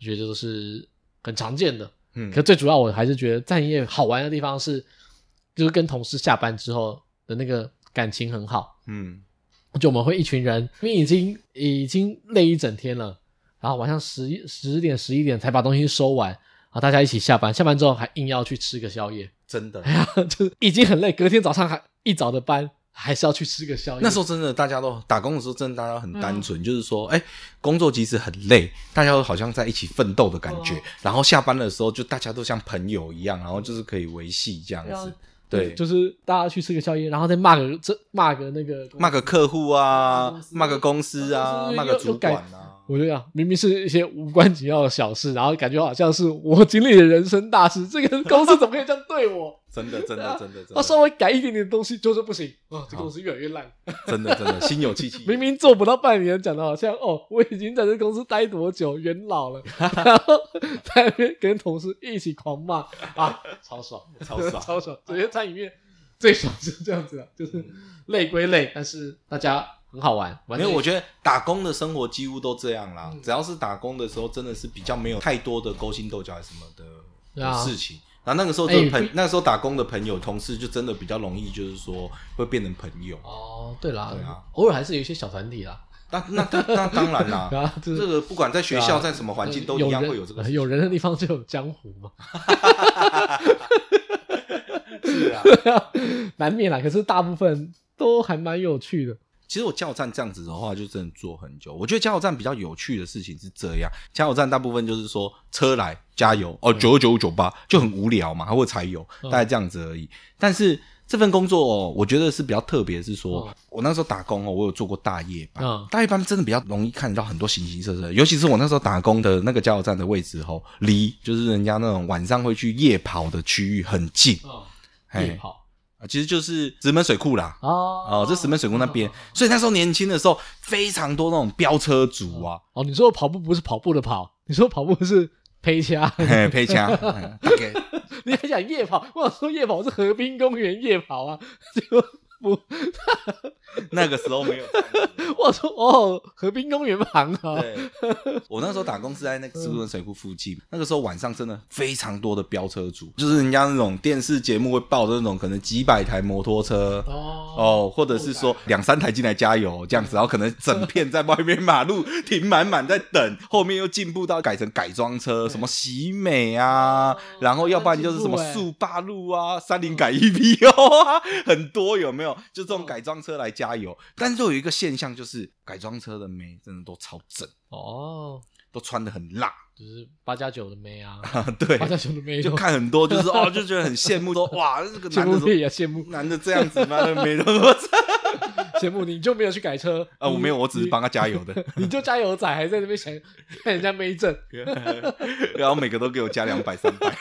我觉得这都是很常见的。嗯可最主要我还是觉得餐饮业好玩的地方是，就是跟同事下班之后的那个感情很好。嗯就我们会一群人，因为已经已经累一整天了，然后晚上十十点十一点才把东西收完，然后大家一起下班，下班之后还硬要去吃个宵夜， <laughs> 真的哎。呀，就是已经很累，隔天早上还一早的班还是要去吃个宵夜。那时候候真的大家都打工的时候，真的大家很单纯，就是说，哎、工作即使很累，大家都好像在一起奋斗的感觉。对啊然后下班的时候，就大家都像朋友一样，然后就是可以维系这样子。对，就是大家去吃个宵夜，然后再骂个这骂个那个骂个客户啊公，司骂个公司啊，公司骂又个又主改管啊。 <laughs> 我就想，明明是一些无关紧要的小事，然后感觉好像是我经历了人生大事，这个公司怎么可以这样对 <laughs> 我？真的，真对啊的，真的，真他的，稍微改一点点东西就是不行啊、这个公司越来越烂。真的，真的，心有 <laughs> 戚戚。明明做不到半年，讲的好像哦，我已经在这公司待多久，元老 <laughs> 了，然后在那边跟同事一起狂骂啊，超爽，超爽 <laughs> 超爽！这些餐饮业最爽是这样子的，就是累归累，但是大家很好玩，玩没得有，也我觉得打工的生活几乎都这样啦。嗯只要是打工的时候，真的是比较没有太多的勾心斗角还是什么的对啊的事情。然后那个时候哎就朋不，那时候打工的朋友、同事就真的比较容易，就是说会变成朋友。哦，对啦，对啊偶尔还是有一些小团体啦，那那那那当然 <laughs> 啦，啊，就这是。个不管在学对校啊在什么环境都有一样人会有 <laughs> 这个有人的地方就有江湖 <laughs> 嘛，事啊。 <laughs> 难免啦。可是大部分都还蛮有趣的。其实我加油站这样子的话，就真的做很久。我觉得加油站比较有趣的事情是这样：加油站大部分就是说车来加油哦，九九九八就很无聊嘛，还会柴油，嗯大概这样子而已。但是这份工作、哦，我觉得是比较特别，是说、嗯我那时候打工哦，我有做过大夜班，嗯大夜班真的比较容易看到很多形形色色，尤其是我那时候打工的那个加油站的位置哦，离就是人家那种晚上会去夜跑的区域很近，嗯，嘿夜跑啊其实就是石门水库啦。啊，哦，这石门水库那边，所以那时候年轻的时候，非常多那种飙车族啊，哦，你说跑步不是跑步的跑，你说跑步是陪掐，嘿，配枪，嗯大概 <laughs> 你还讲夜跑？我想说夜跑是河滨公园夜跑啊，结果不，那个时候没有这样子。我说哦，河滨公园旁啊，对，我那时候打工是在那个石门水库附近，那个时候晚上真的非常多的飙车族，就是人家那种电视节目会报的那种，可能几百台摩托车。哦，哦，或者是说两三台进来加油这样子，然后可能整片在外面马路停满满在等， <laughs> 后面又进步到改成改装车，什么喜美啊哦，然后要不然就是什么很进步欸速八路啊、三菱改 EVO 啊，很多有没有？就这种改装车来加油，嗯但是就有一个现象就是改装车的妹真的都超正，哦，都穿的很辣， <laughs> 就是八加九的妹啊，对八，加九的妹就都看很多就是 <laughs> 哦，就觉得很羡慕，说哇这个羡男的慕怎么屁啊，羡慕男的这样子，妈的没那么正羡慕你就没有去改车啊，我没有，我只是帮他加油的。 <laughs> 你，你就加油仔还在那边想看人家妹证， <laughs> 然后每个都 <laughs> 给我加两百三百，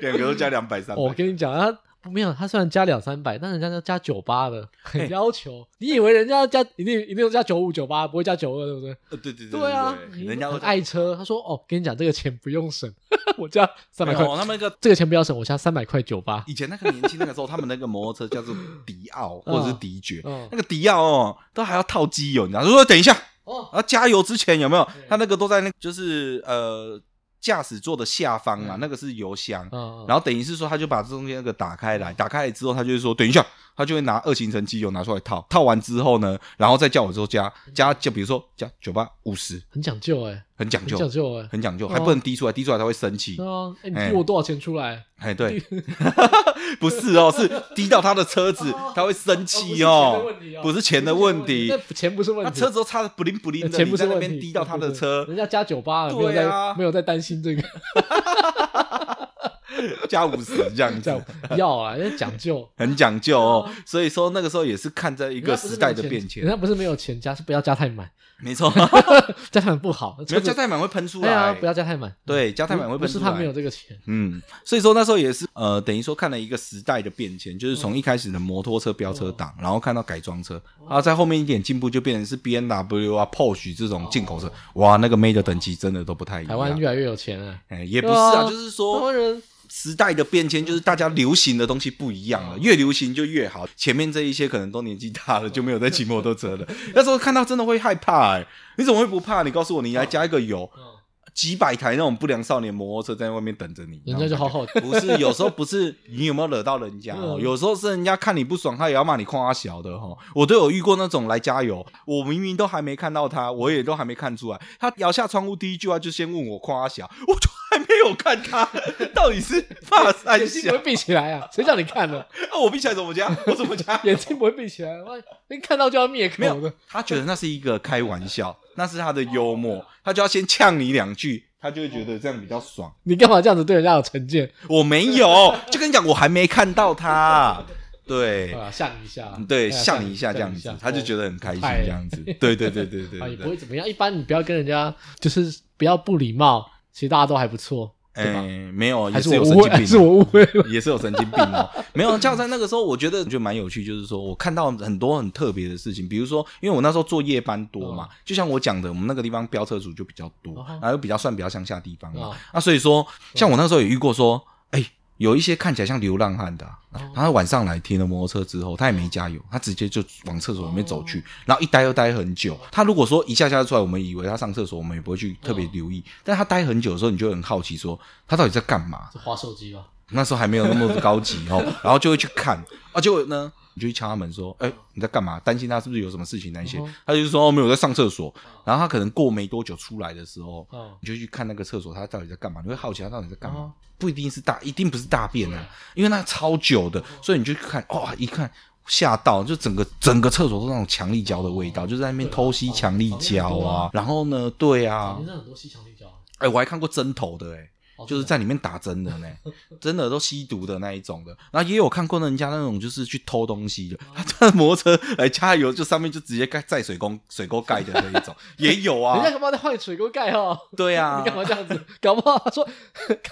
两个都加两百三哦我百。跟你讲，他不没有，他虽然加两三百，但人家要加九八的，很要求。你以为人家要加一定一定要加九五九八，不会加九二，对不对？呃，对对对对啊，人家很会爱车。他说：“哦，跟你讲，这个钱不用省， <laughs> 我加三百没块，有他啊们那个这个钱不要省，我加三百块九八。以前那个年轻那个时候，他们那个摩托车叫做迪奥或者是迪爵，嗯那个迪奥哦，都还要套机油，你知道？就说等一下，”哦，然后加油之前有没有对？他那个都在那个就是呃驾驶座的下方嘛，嗯那个是油箱。嗯，然后等于是说，他就把中间那个打开来，打开来之后，他就会说，等一下，他就会拿二行程机油拿出来套，套完之后呢，然后再叫我说加嗯加，就比如说加九八五十，很讲究哎，很讲很究，讲究哎，很讲究，哦还不能滴出来，滴出来他会生气对。啊，哎，哎你给我多少钱出来？哎，对，嗯 <laughs> 不是哦，是滴到他的车子哦，他会生气哦，不是钱的问题那，钱不是问他题，车子都擦的不灵不灵的，钱你不在是那问边题，滴到他对的对 <laughs> 车，人家加九八了，没有对啊在没有在担心这个，加五十这 <laughs> 样这子样，要啊，人家讲究。很讲究哦。所以说那个时候也是看 <laughs> 在一一个时代的变人迁，家不是没有钱加，是不要加太 <laughs> 满，没 <laughs> 错，加太满不好。没有加太满会喷出对啊，来不，要加太满。对，加太满会不喷是出他没有来。这个钱，嗯，所以说那时候也是呃，等于说看了一个时代的变迁，就是嗯从一开始的摩托车飙哦车党，然后看到改装车，然后在后面一点进步就变成是 B N W 啊、Porsche 这种进口车，哇，那个妹的等级真的都不太一哦台湾样越。来越有钱了。哎，也不是啊，对啊就是台说湾人时代的变迁，就是大家流行的东西不一嗯样了，越流行就越好。前面这一些可能都年纪大了，就没有在骑摩托车了。那时候看到真的会害怕哎、你怎么会不怕？你告诉我，你来加一个油，嗯几百台那种不良少年摩托车在外面等着你，人家就好好，不是，有时候不是你有没有惹到人家、哦，嗯有时候是人家看你不爽，他也要骂你夸小的哈、哦。我都有遇过那种来加油，我明明都还没看到他，我也都还没看出来，他摇下窗户第一句话就先问我夸小，我就还没有看他，到底是怕三眼睛小不？会闭起来啊？谁叫你看的？啊我闭起来怎么加？我怎么加？眼睛不会闭起来，哇你看到就要灭口的。他觉得那是一个开玩笑，那是他的幽默，他就要先呛你两句，他就会觉得这样比较爽。你干嘛这样子对人家有成见我没有，就跟你讲，我还没看到他。对，嗯啊？吓你一下，对，哎呀吓你一下这样子吓你一，下他就觉得很开心嗨这样子。对对对对对 <laughs> 啊，也对不对，会怎么样。一般你不要跟人家，就是不要不礼貌，其实大家都还不错，对吧？哎，没有，也还是我有误神会，经还是病，我误会 <laughs> 了。也是有神经病哦。没有，像在那个时候，我觉得就蛮有趣，就是说我看到很多很特别的事情，比如说，因为我那时候做夜班多嘛，就像我讲的，我们那个地方飙车族就比较多嗯哦，然后比较算比较乡下地方嘛哦，那所以说，像我那时候也遇过说，哎。有一些看起来像流浪汉的啊、哦他晚上来停了摩托车之后，他嗯也没加油，他直接就往厕所里面走去，然后一待又待很久。他如果说一下下就出来，我们以为他上厕所，我们也不会去特别留嗯意。但他待很久的时候，你就会很好奇说他到底在干嘛？ <laughs> 是滑手机吧？那时候还没有那么高级 <laughs> 哦，然后就会去看啊，结果呢，你就去敲他门说：“哎、你在干嘛？担心他是不是有什么事情那些？”嗯哼他就说：“哦，没有，我在上厕所。”然后他可能过没多久出来的时候，嗯，你就去看那个厕所，他到底在干嘛？你会好奇他到底在干嘛？哦不一定是大，一定不是大便啊，因为那超久的，所以你就看哇、一看吓到，就整个整个厕所都是那种强力胶的味哦道，就在那边偷吸强力胶啊。然后呢，对啊，真的很多吸强力胶啊，哎、我还看过针头的、哎。哦就是在里面打针的呢，真的都吸毒的那一种的。然后也有看过人家那种就是去偷东西哦的，他他的摩托车来加油，就上面就直接盖载水沟水沟盖的那一 <laughs> 种，也有人家啊。干嘛在换水沟盖哦？对啊你，干嘛这样子？ <laughs> 搞不好他说，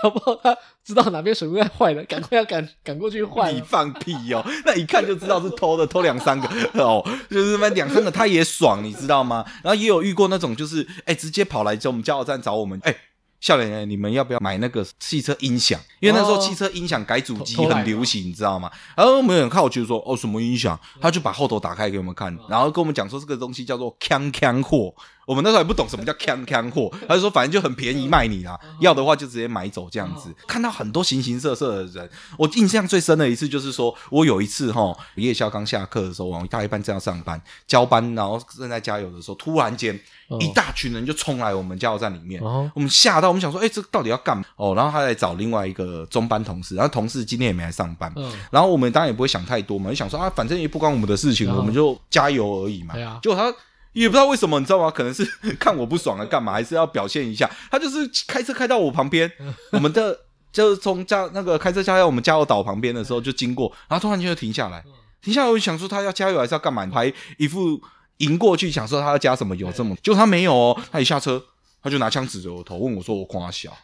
搞不好他知道哪边水沟盖坏 <laughs> 了，赶快要赶赶过去换你啊。放屁哦！那一看就知道是偷的，偷两三个 <laughs> 哦，就是那两三个他也爽，你知道吗？然后也有遇过那种就是，哎、直接跑来叫我们加油站找我们，哎、笑脸人，你们要不要买那个汽车音响？因为那时候哦汽车音响改主机偷偷来很的流行，你知道吗？然后我们有人看，我就说哦什么音响，他就把后头打开给我们看，然后跟我们讲说这个东西叫做“锵锵货”，我们那时候也不懂什么叫“锵锵货”，他就说反正就很便宜卖你啦，要的话就直接买走这样子。看到很多形形色色的人，我印象最深的一次就是说，我有一次哈夜宵刚下课的时候，我大一班正要上班交班，然后正在加油的时候，突然间哦一大群人就冲来我们加油站里面，哦，我们吓到，我们想说，哎、这到底要干嘛？哦，然后他来找另外一个中班同事，然后同事今天也没来上班，嗯，然后我们当然也不会想太多嘛，就想说啊，反正也不关我们的事情，嗯我们就加油而已嘛。对啊结果他也不知道为什么，你知道吗？可能是 <laughs> 看我不爽了，干嘛？还是要表现一下？他就是开车开到我旁 <laughs> 边，我们的就是从加那个开车加到我们加油岛旁边的时候就经过，然后突然间就停下来，嗯停下来我就想说他要加油还是要干嘛？你还一副迎过去想说他要加什么油这么，结果他没有哦，他一下车。他就拿枪指着我头，问我说我夸 <laughs> 小，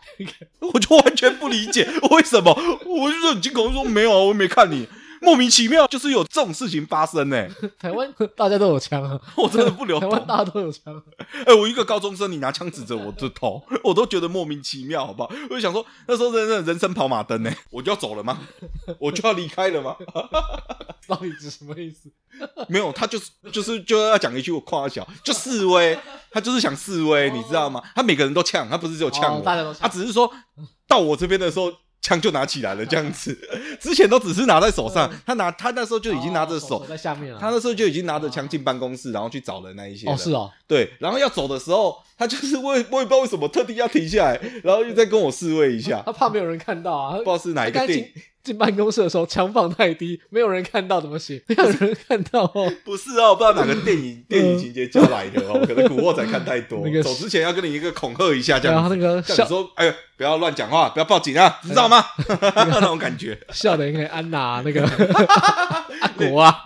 我就完全不理解为什么，我就说你进口说没有啊，我没看你，莫名其妙就是有这种事情发生呢、台湾大家都有枪啊，我真的不留台懂。湾大家都有枪啊、哎、我一个高中生，你拿枪指着我的头，我都觉得莫名其妙，好不好？我就想说，那时候真的人生跑马灯呢、我就要走了吗？我就要离开了吗？ <laughs> 到底指什么意思？没有，他就是就是就要讲一句我夸小，就示威，他就是想示威，你知道吗？他每个人都呛，他不是只有呛哦我，大家都他呛，只是说到我这边的时候。枪就拿起来了，这样子，之前都只是拿在手上，他拿他那时候就已经拿着哦手手，在下面了。他那时候就已经拿着枪进办公室，然后去找了那一些人。哦是哦，对，然后要走的时候，他就是为我也不知道为什么特地要停下来，然后又再跟我示威一下，他怕没有人看到啊，不知道是哪一个他刚电进影，进办公室的时候枪放太低，没有人看到怎么行？没有人看到哦，不是啊，我不知道哪个电影电影情节加来的哦，可能《古惑仔》看太多那个，走之前要跟你一个恐吓一下这嗯然样后子。那个像笑你哎说，哎呦，不要乱讲话，不要报警啊，知道吗？ <laughs> 那种感觉，笑的应该安娜那个 <laughs> 阿国啊，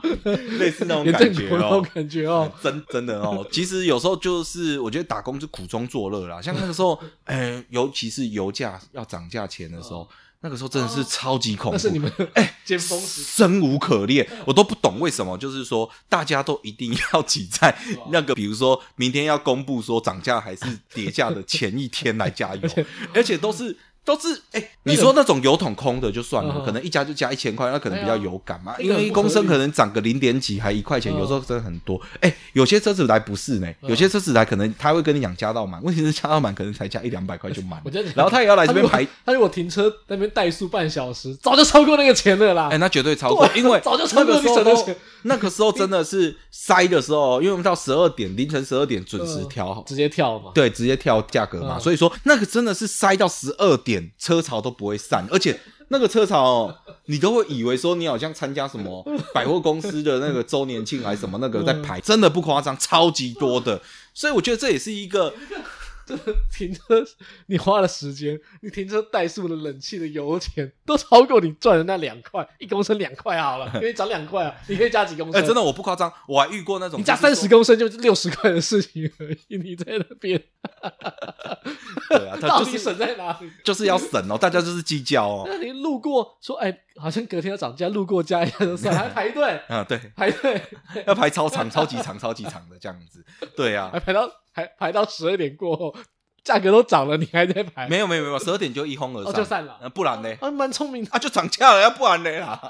类似那种严感正觉国那种哦。感觉哦，真真的哦，其实有时候就是我觉得打工是苦中作乐啦。像那个时候，呃，尤其是油价要涨价前的时候，那个时候真的是超级恐怖。哦那是你们哎尖峰时期生无可恋，我都不懂为什么，就是说大家都一定要挤 <laughs> 在啊那个，比如说明天要公布说涨价还是跌价的前一天来加 <laughs> 油，而且都是。都是哎、你说那种油桶空的就算了，嗯可能一加就加一千块，那可能比较有感嘛，对啊因为一公那个升很不可合理能涨个零点几还一块钱，嗯有时候真的很多。哎、有些车子来不是呢、嗯有些车子来可能他会跟你讲加到满，问题是加到满可能才加一两百块就满了 <laughs> 我觉得，然后他也要来这边他排如果他如果停车在那边怠速半小时，早就超过那个钱了啦哎、。那绝对超过，啊对因为 <laughs> 早就超过那个时候你省的都钱那个时候真的是塞的时候，因为我们到十二点凌晨十二点准时调好。直接跳嘛，对，直接跳价格嘛，嗯所以说那个真的是塞到十二点，车潮都不会散，而且那个车潮哦、你都会以为说你好像参加什么百货公司的那个周年庆还是什么那个嗯在排，真的不夸张，超级多的，所以我觉得这也是一个停车你花了时间，你停车怠速的冷气的油钱都超过你赚的那两块，一公升两 <laughs> 块好了，因为涨两块啊，你可以加几公哎、升？真的我不夸张，我还遇过那种你加就是三说十公升就六十块的事情而已，你在那边对啊，他到就底是省在哪里？就是要省哦，大家就是计较哦，那你路过说，哎，好像隔天要涨价，路过加一下就算， <laughs> 还排队啊对，排队， <laughs> 要排超长、超级长、超级长的这样子。对啊还，排到还排到十二点过后，价格都涨了，你还在排，没有没有没有，十二点就一哄而哦散，就散了呃不然呢？啊，蛮聪明的。啊，就涨价了，要不然呢啦？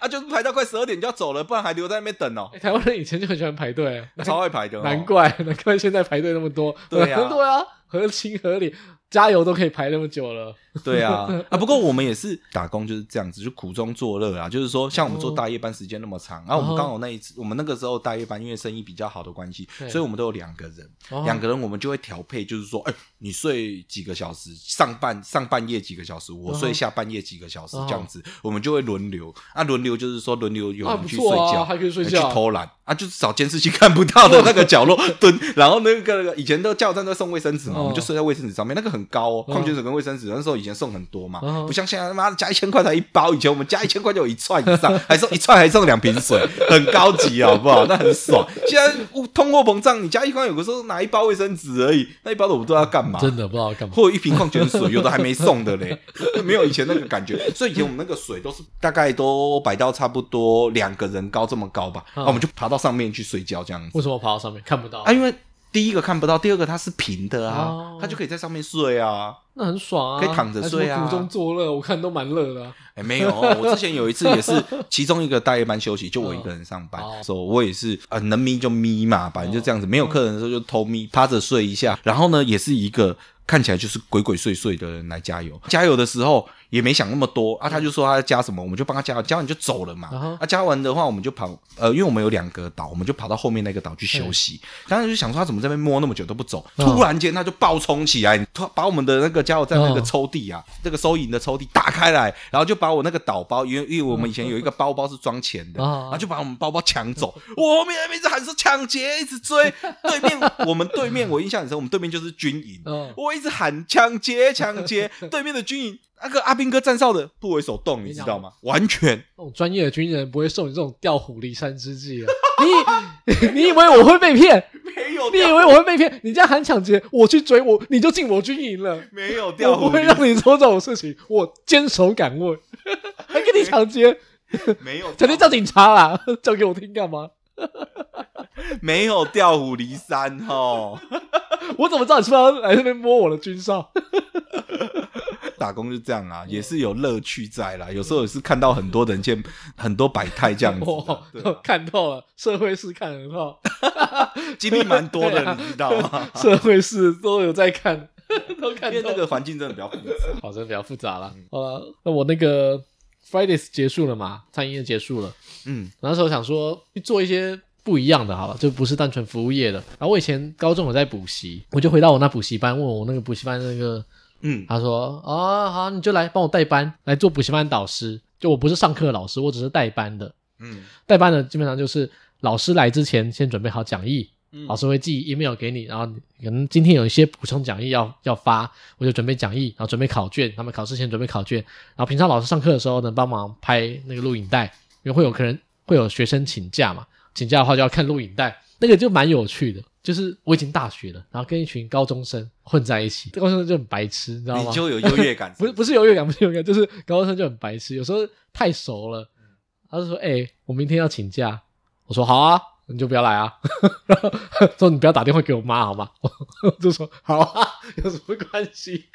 啊，就是排到快十二点就要走了，不然还留在那边等哦，哎台湾人以前就很喜欢排队，超爱排的、哦。难，怪，难怪现在排队那么多。对啊对啊，合情合理，加油都可以排那么久了。对 <laughs> 啊，啊，不过我们也是打工就是这样子，就苦中作乐啊。就是说，像我们哦做大夜班时间那么长，啊然后、我们刚好那一次，我们那个时候大夜班，因为生意比较好的关系，对所以我们都有两个人。哦两个人我们就会调配，就是说，哎、你睡几个小时，上半上半夜几个小时，我睡嗯下半夜几个小时，嗯这样子，我们就会轮流。啊，轮流就是说轮流有啊人不去睡错啊觉，还可以睡有人觉去偷懒啊，就是找监视器看不到的那个角落 <laughs> 蹲，然后那个那个以前都加油站都送卫生纸嘛，嗯我们就睡在卫生纸上面，那个很高哦，嗯矿泉水跟卫生纸那时候以前送很多嘛，嗯不像现在他妈的加一千块才一包，以前我们加一千块就有一串 <laughs> 以上，还送一串还送两瓶水，很高级好不好？那很爽。现在物通货膨胀，你加一块有个时候拿一包卫生纸而已，那一包的我不知道要干嘛。真的不知道干 <laughs> 嘛。或者一瓶矿泉水，有的还没送的嘞， <laughs> 没有以前那个感觉。所以以前我们那个水都是大概都摆到差不多两个人高这么高吧，那、嗯我们就爬到上面去睡觉这样子为什么爬到上面看不到？啊，因为第一个看不到，第二个它是平的啊，哦它就可以在上面睡啊。那很爽啊，可以躺着睡啊还是苦中作乐，我看都蛮乐的啊。哎、没有，我之前有一次也是其中一个大夜班休息，就我一个人上班哦，嗯所以我也是呃能眯就眯嘛，反正就这样子，没有客人的时候就偷眯，趴着睡一下。然后呢，也是一个看起来就是鬼鬼祟祟的人来加油，加油的时候也没想那么多啊，他就说他要加什么，我们就帮他加油，加完就走了嘛。啊哈啊，加完的话我们就跑，呃，因为我们有两个岛，我们就跑到后面那个岛去休息。当时就想说他怎么在那边摸那么久都不走，嗯突然间他就暴冲起来，突把我们的那个加油站那个嗯抽屉啊，那个收银的抽屉打开来，然后就把我那个导包，因为因为我们以前有一个包包是装钱的，啊然后就把我们包包抢走。我后面那边一直喊说抢劫，一直追对面，我们对面我印象很深，我们对面就是军营，嗯， <laughs> 我一直喊抢劫抢劫，对面的军营那个阿兵哥站哨的不为所动，你知道吗？完全那种专业的军人不会受你这种调虎离山之 <laughs> 计啊！你 <laughs> 你以为我会被骗？没有你以为我会被骗？你这样喊抢劫，我去追我，你就进我军营了。没有我调不虎会离，让你做这种事情，我坚守岗 <laughs> 位，还跟你抢劫，没有整天叫警察啦， <laughs> 叫给我听干嘛？没有调虎离山哦。我怎么知道你是不是要来这边摸我的军哨？打工就这样嗯啊，也是有乐趣在啦。有时候也是看到很多人见很多百态这样子啊、哇对啊，看透了，社会事看得透，经历蛮多对 <laughs> 的，啊你知道吗？社会事都有 <laughs> 在看，都看因透为了。那个环境真的比较复杂。 <laughs> 好，真的比较复杂了。好了，那我那个 Fridays 结束了嘛，餐饮业结束了，嗯，那时候想说去做一些不一样的，好了，就不是单纯服务业的。然后我以前高中有在补习，我就回到我那补习班，问我那个补习班那个，嗯，他说啊、好，你就来帮我代班，来做补习班导师。就我不是上课的老师，我只是代班的。嗯，代班的基本上就是老师来之前先准备好讲义，嗯老师会寄 email 给你，然后你可能今天有一些补充讲义要要发，我就准备讲义，然后准备考卷，他们考试前准备考卷，然后平常老师上课的时候呢，帮忙拍那个录影带，因为会有可能会有学生请假嘛，请假的话就要看录影带，那个就蛮有趣的。就是我已经大学了，然后跟一群高中生混在一起，高中生就很白痴，你知道吗？你就有优越感。不是不是优越感，不是优越感，就是高中生就很白痴，有时候太熟了，他就说：“哎、我明天要请假。”我说：“好啊，你就不要来啊。”然后说：“你不要打电话给我妈好吗？”我就说：“好啊，有什么关系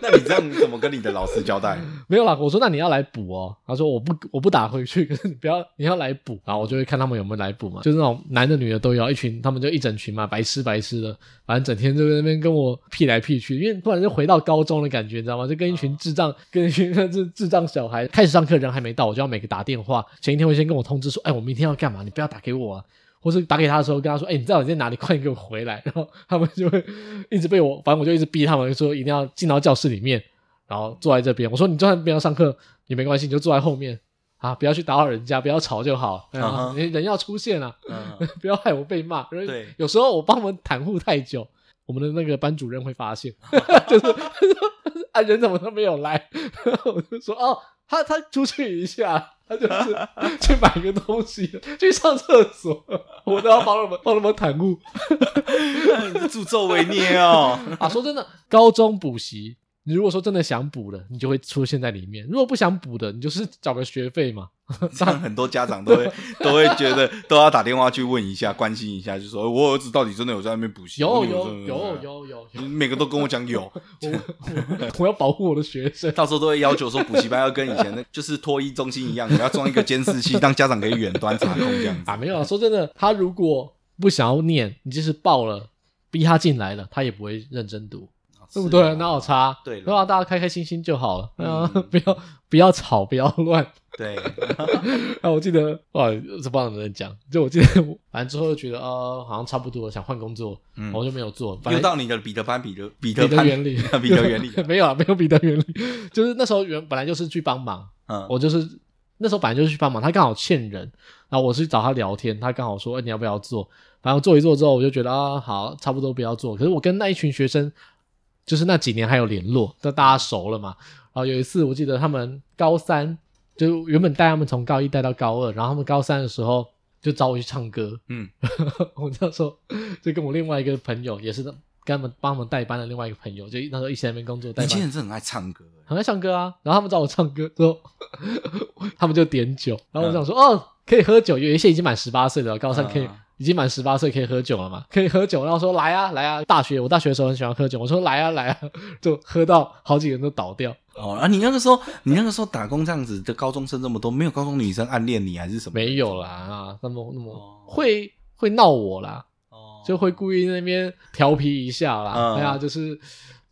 那你这样怎么跟你的老师交代？？”没有啦，我说：“那你要来补哦。”他说：“我不我不打回去，可是你不要你要来补。”然后我就会看他们有没有来补嘛，就是那种男的女的都有，一群他们就一整群嘛，白痴白痴的，反正整天就在那边跟我屁来屁去，因为突然就回到高中的感觉，你知道吗？就跟一群智障，跟一群 <laughs> 智智障小孩，开始上课人还没到，我就要每个打电话，前一天会先跟我通知说，哎，我明天要干嘛，你不要打给我啊。或是打给他的时候，跟他说：“哎、你知道你在哪里？快 <laughs> 点给我回来！”然后他们就会一直被我，反正我就一直逼他们说一定要进到教室里面，然后坐在这边。我说：“你就算不要上课也没关系，你就坐在后面啊，不要去打扰人家，不要吵就好。哎嗯哼人人要出现啊。”嗯，不要害我被骂。因为对有时候我帮我们袒护太久，我们的那个班主任会发现， <laughs> 就是啊，人怎么都没有来？我就说哦，他他出去一下，他就是去买个东西，去上厕所，我都要帮他们帮他们袒护。那 <laughs> 你是助纣为虐 <laughs> 哦。啊，说真的，高中补习，你如果说真的想补的，你就会出现在里面；如果不想补的，你就是缴个学费嘛。这样很多家长都会都会觉得都要打电话去问一下，关心一下，就说哎我儿子到底哦真的有在那边补习？有我女儿有真的有有有有，每个都跟我讲有，我我 <laughs> 我要保护我的学生。到时候都会要求说补习班要跟以前 <laughs> 的，就是托一中心一样，你要装一个监视器，让家长可以远端查控这样子啊，。没有啊，说真的，他如果不想要念，你即使报了，逼他进来了，他也不会认真读，对不 <laughs> 对？哪有差？啊对啦对吧？大家开开心心就好了，嗯啊， <laughs> 不要不要吵，不要乱。 <laughs> 对，啊，我记得，哇，这帮人讲，就我记得 <laughs> 我，反正之后就觉得，呃，好像差不多了，想换工作，嗯然后就没有做。反用正到你的彼得潘彼得彼彼得得潘，原理彼得原理 <laughs> 没有啊，没有彼得原理， <laughs> 就是那时候原本来就是去帮忙， <laughs> 嗯，我就是那时候本来就是去帮忙，他刚好欠人，然后我去找他聊天，他刚好说，哎、你要不要做？反正做一做之后，我就觉得啊，好，差不多不要做。可是我跟那一群学生，就是那几年还有联络，那大家熟了嘛。然后有一次，我记得他们高三，就原本带他们从高一带到高二，然后他们高三的时候就找我去唱歌，嗯， <laughs> 我那时候就跟我另外一个朋友，也是跟他们帮他们代班的另外一个朋友，就那时候一起在那边工作代年班轻。人真的很爱唱歌，欸很爱唱歌啊，然后他们找我唱歌之后， <laughs> 他们就点酒，然后我想说、嗯哦，可以喝酒，有一些已经满十八岁的了，高三可以、啊已经满十八岁可以喝酒了嘛，可以喝酒，然后说来啊来啊，大学我大学的时候很喜欢喝酒，我说来啊来啊，就喝到好几个人都倒掉，哦，啊，你那个时候，你那个时候打工这样子的高中生这么多，没有高中女生暗恋你还是什么？没有啦啊，那么那么、哦会会闹我啦，哦，就会故意那边调皮一下啦，嗯对啊，就是。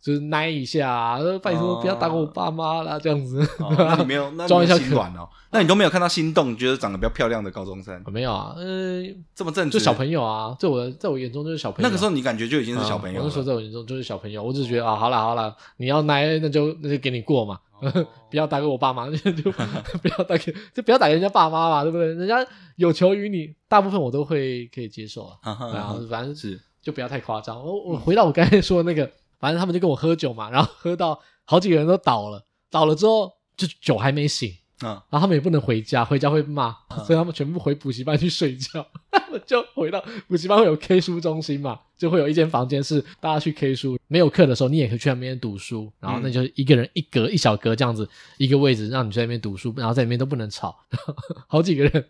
就是奶一下、啊，呃拜哦托不要打我爸妈啦，这样子。哦那你没有，那你装没一下有可心软哦，那你都没有看到心动，觉得长得比较漂亮的高中生， <laughs> 没有啊，呃，这么正直，就小朋友啊，在我的在我眼中就是小朋友。那个时候你感觉就已经啊是小朋友我那时候了，在我眼中就是小朋友，我只是觉得啊，好啦好啦，你要奶那就那就给你过嘛，哦 <laughs> 不要打给我爸妈， <laughs> 就就不要打给就不要打给人家爸妈嘛，对不对？人家有求于你，大部分我都会可以接受啊。啊哈 <laughs> 然后反正是就不要太夸张。我我回到我刚才说的那个，反正他们就跟我喝酒嘛，然后喝到好几个人都倒了，倒了之后就酒还没醒，嗯，然后他们也不能回家，回家会被骂，嗯所以他们全部回补习班去睡觉。 <laughs> 他们就回到补习班会有 K 书中心嘛，就会有一间房间是大家去 K 书，没有课的时候你也可以去那边读书，然后那就是一个人一格一小格这样子一个位置让你去那边读书，然后在里面都不能吵， <laughs> 好几个人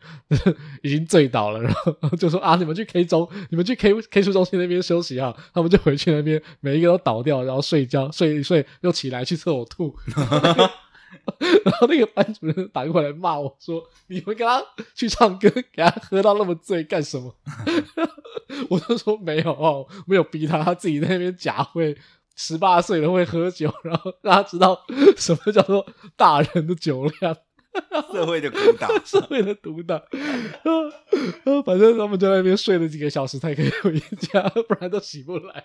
已经醉倒了，然后就说啊你们去 K 中，你们去 K K 书中心那边休息啊，他们就回去那边每一个都倒掉，然后睡觉睡一睡又起来去厕所吐， <laughs> 然后那个班主任打过来骂我说：“你们跟他去唱歌， <laughs> 给他喝到那么醉干什么？” <laughs> 我就说：“没有哦，没有逼他，他自己在那边假会十八岁的会喝酒，然后让他知道什么叫做大人的酒量，社会的孤 <laughs> 岛，社会的毒打。”然后 <laughs> 反正他们就在那边睡了几个小时才可以回家，不然都起不来。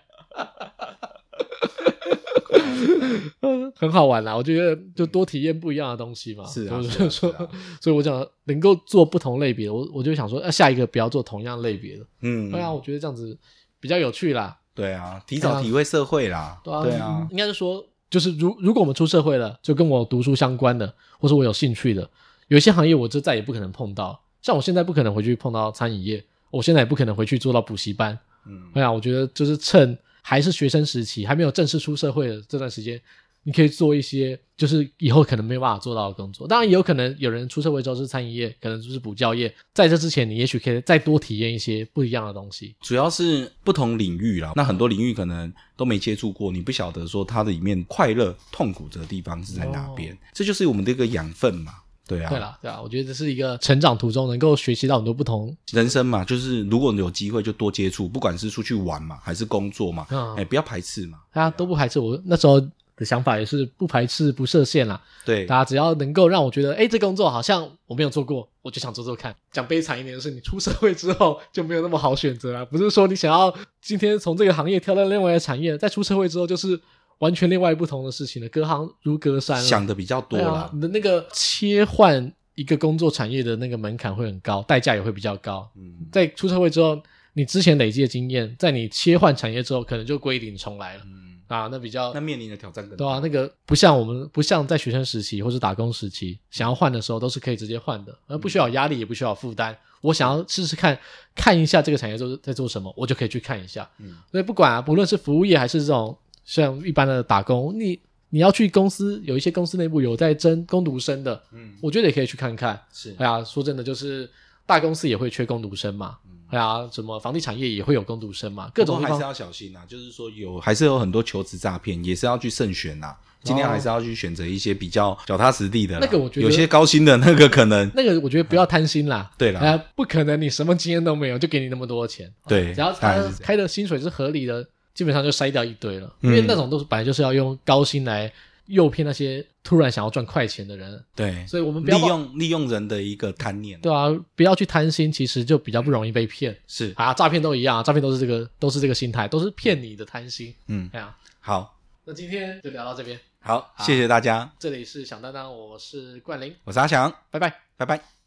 很好玩啦，我觉得就多体验不一样的东西嘛。 <laughs> 是啊就是啊说，是啊所以我讲能够做不同类别的，我我就想说，啊、下一个不要做同样类别的。嗯，对啊，我觉得这样子比较有趣啦。对啊，提早体会社会啦，对啊，对啊，应该是说，就是如如果我们出社会了，就跟我读书相关的，或是我有兴趣的，有一些行业我就再也不可能碰到。像我现在不可能回去碰到餐饮业，我现在也不可能回去做到补习班。嗯，哎呀，我觉得就是趁还是学生时期，还没有正式出社会的这段时间，你可以做一些就是以后可能没有办法做到的工作。当然，也有可能有人出社会之后是餐饮业，可能就是补教业。在这之前，你也许可以再多体验一些不一样的东西。主要是不同领域啦，那很多领域可能都没接触过，你不晓得说它的里面快乐、痛苦的地方是在哪边，这就是我们的一个养分嘛，对啊，哦对啦，对啦，我觉得这是一个成长途中能够学习到很多不同。人生嘛，就是如果你有机会就多接触，不管是出去玩嘛，还是工作嘛，哎、嗯不要排斥嘛，大家啊都不排斥我那时候的想法，也是不排斥、不设限啦。对大，家只要能够让我觉得，哎、这工作好像我没有做过，我就想做做看。讲悲惨一点的是，你出社会之后就没有那么好选择了。不是说你想要今天从这个行业跳到另外一个产业，在出社会之后就是完全另外不同的事情了，隔行如隔山了。想的比较多对啦，啊，你的那个切换一个工作产业的那个门槛会很高，代价也会比较高。嗯，在出社会之后，你之前累积的经验，在你切换产业之后，可能就归零重来了嗯，啊。那比较那面临的挑战更对大，啊，那个不像我们，不像在学生时期或是打工时期，想要换的时候都是可以直接换的，而不嗯需要有压力，也不需要有负担。我想要试试看，看一下这个产业做在做什么，我就可以去看一下。嗯，所以不管啊，不论是服务业还是这种像一般的打工，你你要去公司，有一些公司内部有在争工读生的，嗯，我觉得也可以去看看。是哎呀，说真的，就是大公司也会缺工读生嘛嗯，哎呀，什么房地产业也会有工读生嘛，各种不地过还方是要小心啊，就是说有还是有很多求职诈骗，也是要去慎选呐、尽量还是要去选择一些比较脚踏实地的啦。哦那个我觉得有些高薪的那个可能那个我觉得不要贪心啦，对啦哎呀，不可能你什么经验都没有就给你那么多钱，对，只要当他然是这样开的薪水是合理的，基本上就筛掉一堆了，嗯因为那种都是本来就是要用高薪来诱骗那些突然想要赚快钱的人，对，所以我们不要利用利用人的一个贪念，对啊，不要去贪心，其实就比较不容易被骗是啊，诈骗都一样啊，诈骗都是这个都是这个心态，都是骗你的贪心，嗯，哎呀，好那今天就聊到这边。好，谢谢大家，这里是响当当，我是冠霖，我是阿翔，拜拜。拜拜。